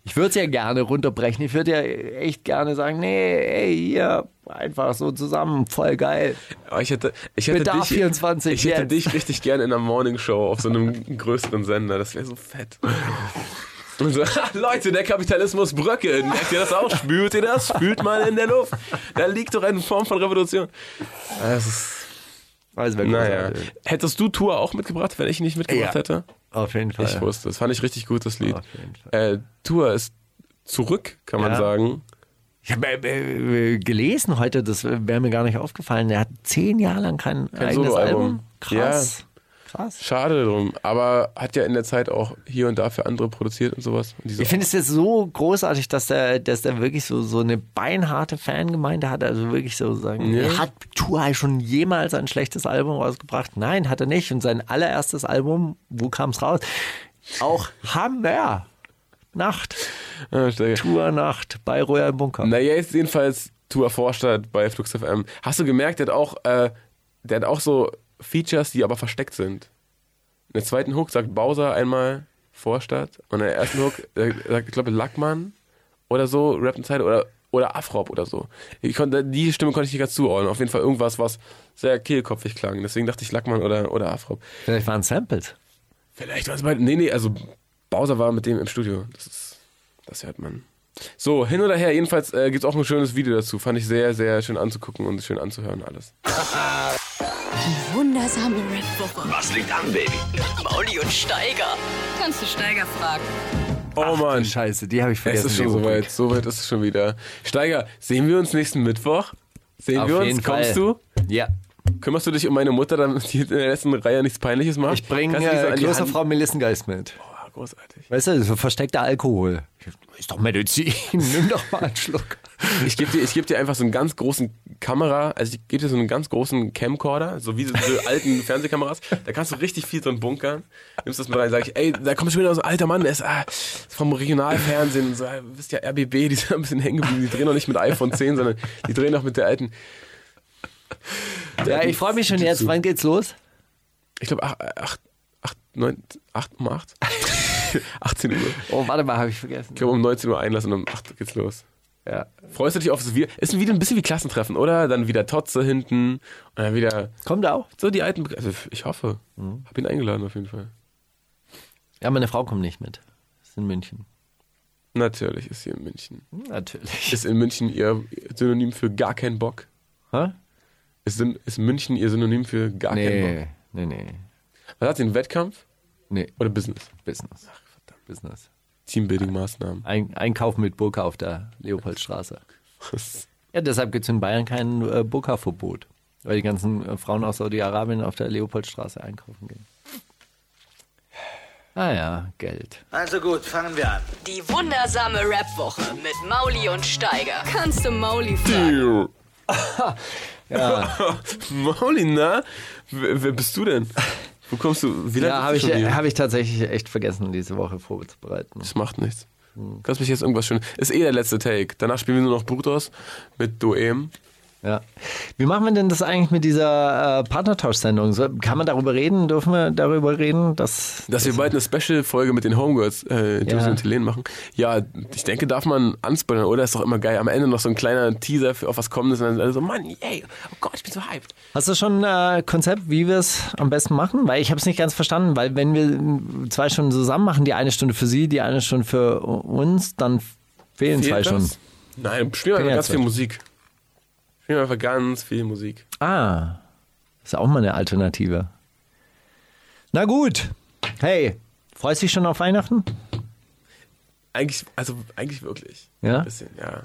Ich würde es ja gerne runterbrechen. Ich würde ja echt gerne sagen, nee, ey, hier einfach so zusammen, voll geil.
Aber Oh, ich hätte, ich hätte
Bedarf
dich,
24
ich hätte
jetzt.
dich richtig gerne in der Morning Show auf so einem größeren Sender. Das wäre so fett. Und so, "Ha, Leute, der Kapitalismus bröckelt. Merkt ihr das auch? Spürt ihr das? Spült mal in der Luft. Da liegt doch eine Form von Revolution. Das ist,
Also wäre
naja. Hättest du Tour auch mitgebracht, wenn ich ihn nicht mitgebracht
Ja.
hätte?
Auf jeden Fall.
Ich wusste, das fand ich richtig gut, das Lied.
Auf jeden
Äh, Tour ist zurück, kann man
Ja.
sagen.
Ich habe äh, äh, gelesen heute, das wäre mir gar nicht aufgefallen. Er hat zehn Jahre lang kein, eigenes
Soloalbum.
Album. Krass. Krass.
Schade drum, aber hat ja in der Zeit auch hier und da für andere produziert und sowas. Und die so,
Ich finde es jetzt so großartig, dass der, dass der wirklich so, so eine beinharte Fangemeinde hat. Also wirklich so sagen,
Ja.
hat Tuai schon jemals ein schlechtes Album rausgebracht? Nein, hat er nicht. Und sein allererstes Album, wo kam es raus? Auch Hammer. Nacht.
ah, Steiger.
Tournacht bei Royal Bunker.
naja, jetzt jedenfalls Tour Vorstadt bei Flux FM. Hast du gemerkt, der hat auch, äh, der hat auch so Features, die aber versteckt sind. In der zweiten Hook sagt Bowser einmal Vorstadt und in der ersten Hook äh, sagt, ich glaube, Lackmann. oder so, Rap in Zeile oder, oder Afrop oder so. Ich konnte, die Stimme konnte ich nicht ganz zuordnen. Auf jeden Fall irgendwas, was sehr kehlkopfig klang. Deswegen dachte ich Lackmann oder, oder Afrop.
Vielleicht waren Samples.
Vielleicht war es bei. Nee, nee, also Bowser war mit dem im Studio. Das, ist, das hört man. So, hin oder her, jedenfalls äh, gibt es auch ein schönes Video dazu. Fand ich sehr, sehr schön anzugucken und schön anzuhören alles.
Wundersame Rap-Woche.
Was liegt an, Baby?
Mauli und Steiger. Kannst du Steiger fragen?
Oh Mann,
Scheiße, die habe ich
es
vergessen.
ist schon
die Rubrik.
soweit. Soweit ist es schon wieder. Steiger, sehen wir uns nächsten Mittwoch? Sehen
Auf
wir uns?
jeden
Kommst
Fall.
du?
Ja.
Kümmerst du dich um meine Mutter, damit die in der letzten Reihe nichts Peinliches macht?
Ich bringe
Kannst du die so
äh,
an die Hand-
Klosterfrau Melissengeist mit.
Boah, großartig.
Weißt du, so versteckter Alkohol. Ist doch Medizin. Nimm doch mal einen Schluck.
Ich gebe dir, ich geb dir einfach so einen ganz großen Kamera, also ich gebe dir so einen ganz großen Camcorder, so wie so diese alten Fernsehkameras. Da kannst du richtig viel drin bunkern. Nimmst das mit rein, sag ich, ey, da kommt schon wieder so ein alter Mann, der ist, ah, ist vom Regionalfernsehen, und so, ah, du bist ja RBB, die sind ein bisschen hängen geblieben. Die drehen noch nicht mit iPhone 10, sondern die drehen noch mit der alten.
Ja, ich freue mich schon
Gib
jetzt.
zu.
Wann geht's los?
Ich glaube, 8, 8, 9, 8 um 8. 18 Uhr.
Oh, warte mal, habe ich vergessen.
Ich glaube, um 19 Uhr Einlass und um 8 geht's los.
Ja.
Freust du dich aufs Wir? Ist wieder ein bisschen wie Klassentreffen, oder? Dann wieder Totze hinten und dann wieder
Kommt auch.
So, die alten. Be- Also, ich hoffe.
Mhm.
Hab ihn eingeladen auf jeden Fall.
Ja, meine Frau kommt nicht mit. Ist in München.
Natürlich ist sie in München.
Natürlich.
Ist in München ihr Synonym für gar keinen Bock?
Hä?
Ist, Syn- ist München ihr Synonym für gar keinen Bock?
Nee, nee, nee.
Was hat sie? Ein Wettkampf
Nee,
oder Business?
Business. Ach, verdammt. Business.
Teambuilding-Maßnahmen.
Ein, einkaufen mit Burka auf der Leopoldstraße.
Was?
Ja, deshalb gibt es in Bayern kein äh, Burka-Verbot. Weil die ganzen äh, Frauen aus Saudi-Arabien auf der Leopoldstraße einkaufen gehen. Ah ja, Geld.
Also gut, fangen wir an.
Die wundersame Rap-Woche mit Mauli und Steiger.
Kannst du Mauli fragen?
Mauli, na? Wer, wer bist du denn? Wo kommst du? Wie lange
Ja, habe
bist
ich,
du schon hier?
hab ich tatsächlich echt vergessen, diese Woche vorzubereiten.
Das macht nichts. Kannst mich jetzt irgendwas schön. Ist eh der letzte Take. Danach spielen wir nur noch Brutus mit Doem.
Ja. Wie machen wir denn das eigentlich mit dieser äh, Partnertausch-Sendung? So, kann man darüber reden? Dürfen wir darüber reden? Dass,
Dass wir bald eine Special-Folge mit den Homegirls, äh, Josie
Ja.
und Helene machen. Ja, ich denke, darf man anspoilern, oder? Ist doch immer geil. Am Ende noch so ein kleiner Teaser für auf was Kommendes und dann alle so, Mann, yay, oh Gott, ich bin so hyped.
Hast du schon ein äh, Konzept, wie wir es am besten machen? Weil ich habe es nicht ganz verstanden, weil wenn wir mm, zwei Stunden zusammen machen, die eine Stunde für sie, die eine Stunde für u- uns, dann fehlen zwei
Fehlt das?
Stunden.
Nein, spielen wir
Ja,
einfach ganz
zwei.
viel Musik. Spielen wir einfach ganz viel Musik.
Ah, ist auch mal eine Alternative. Na gut. Hey, freust du dich schon auf Weihnachten?
Eigentlich, also eigentlich wirklich.
Ja?
Ein bisschen, ja.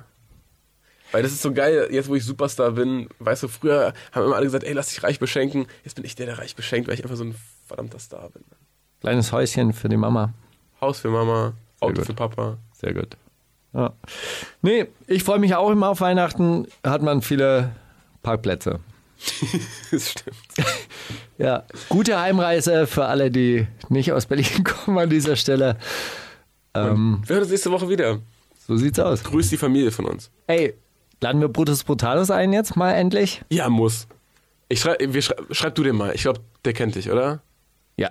Weil das ist so geil, jetzt wo ich Superstar bin, weißt du, früher haben immer alle gesagt, ey, lass dich reich beschenken. Jetzt bin ich der, der reich beschenkt, weil ich einfach so ein verdammter Star bin.
Kleines Häuschen für die Mama.
Haus für Mama, Auto
gut.
für Papa.
Sehr gut. Ja. Nee, ich freue mich auch immer auf Weihnachten. Hat man viele Parkplätze.
das stimmt.
Ja, gute Heimreise für alle, die nicht aus Berlin kommen an dieser Stelle. Ähm,
Wir hören uns nächste Woche wieder.
so sieht's aus.
Grüß die Familie von uns.
Ey, laden wir Brutus Brutalus ein jetzt mal endlich?
Ja, muss. Ich schrei wir schrei schreib du den mal. Ich glaube, der kennt dich, oder?
Ja.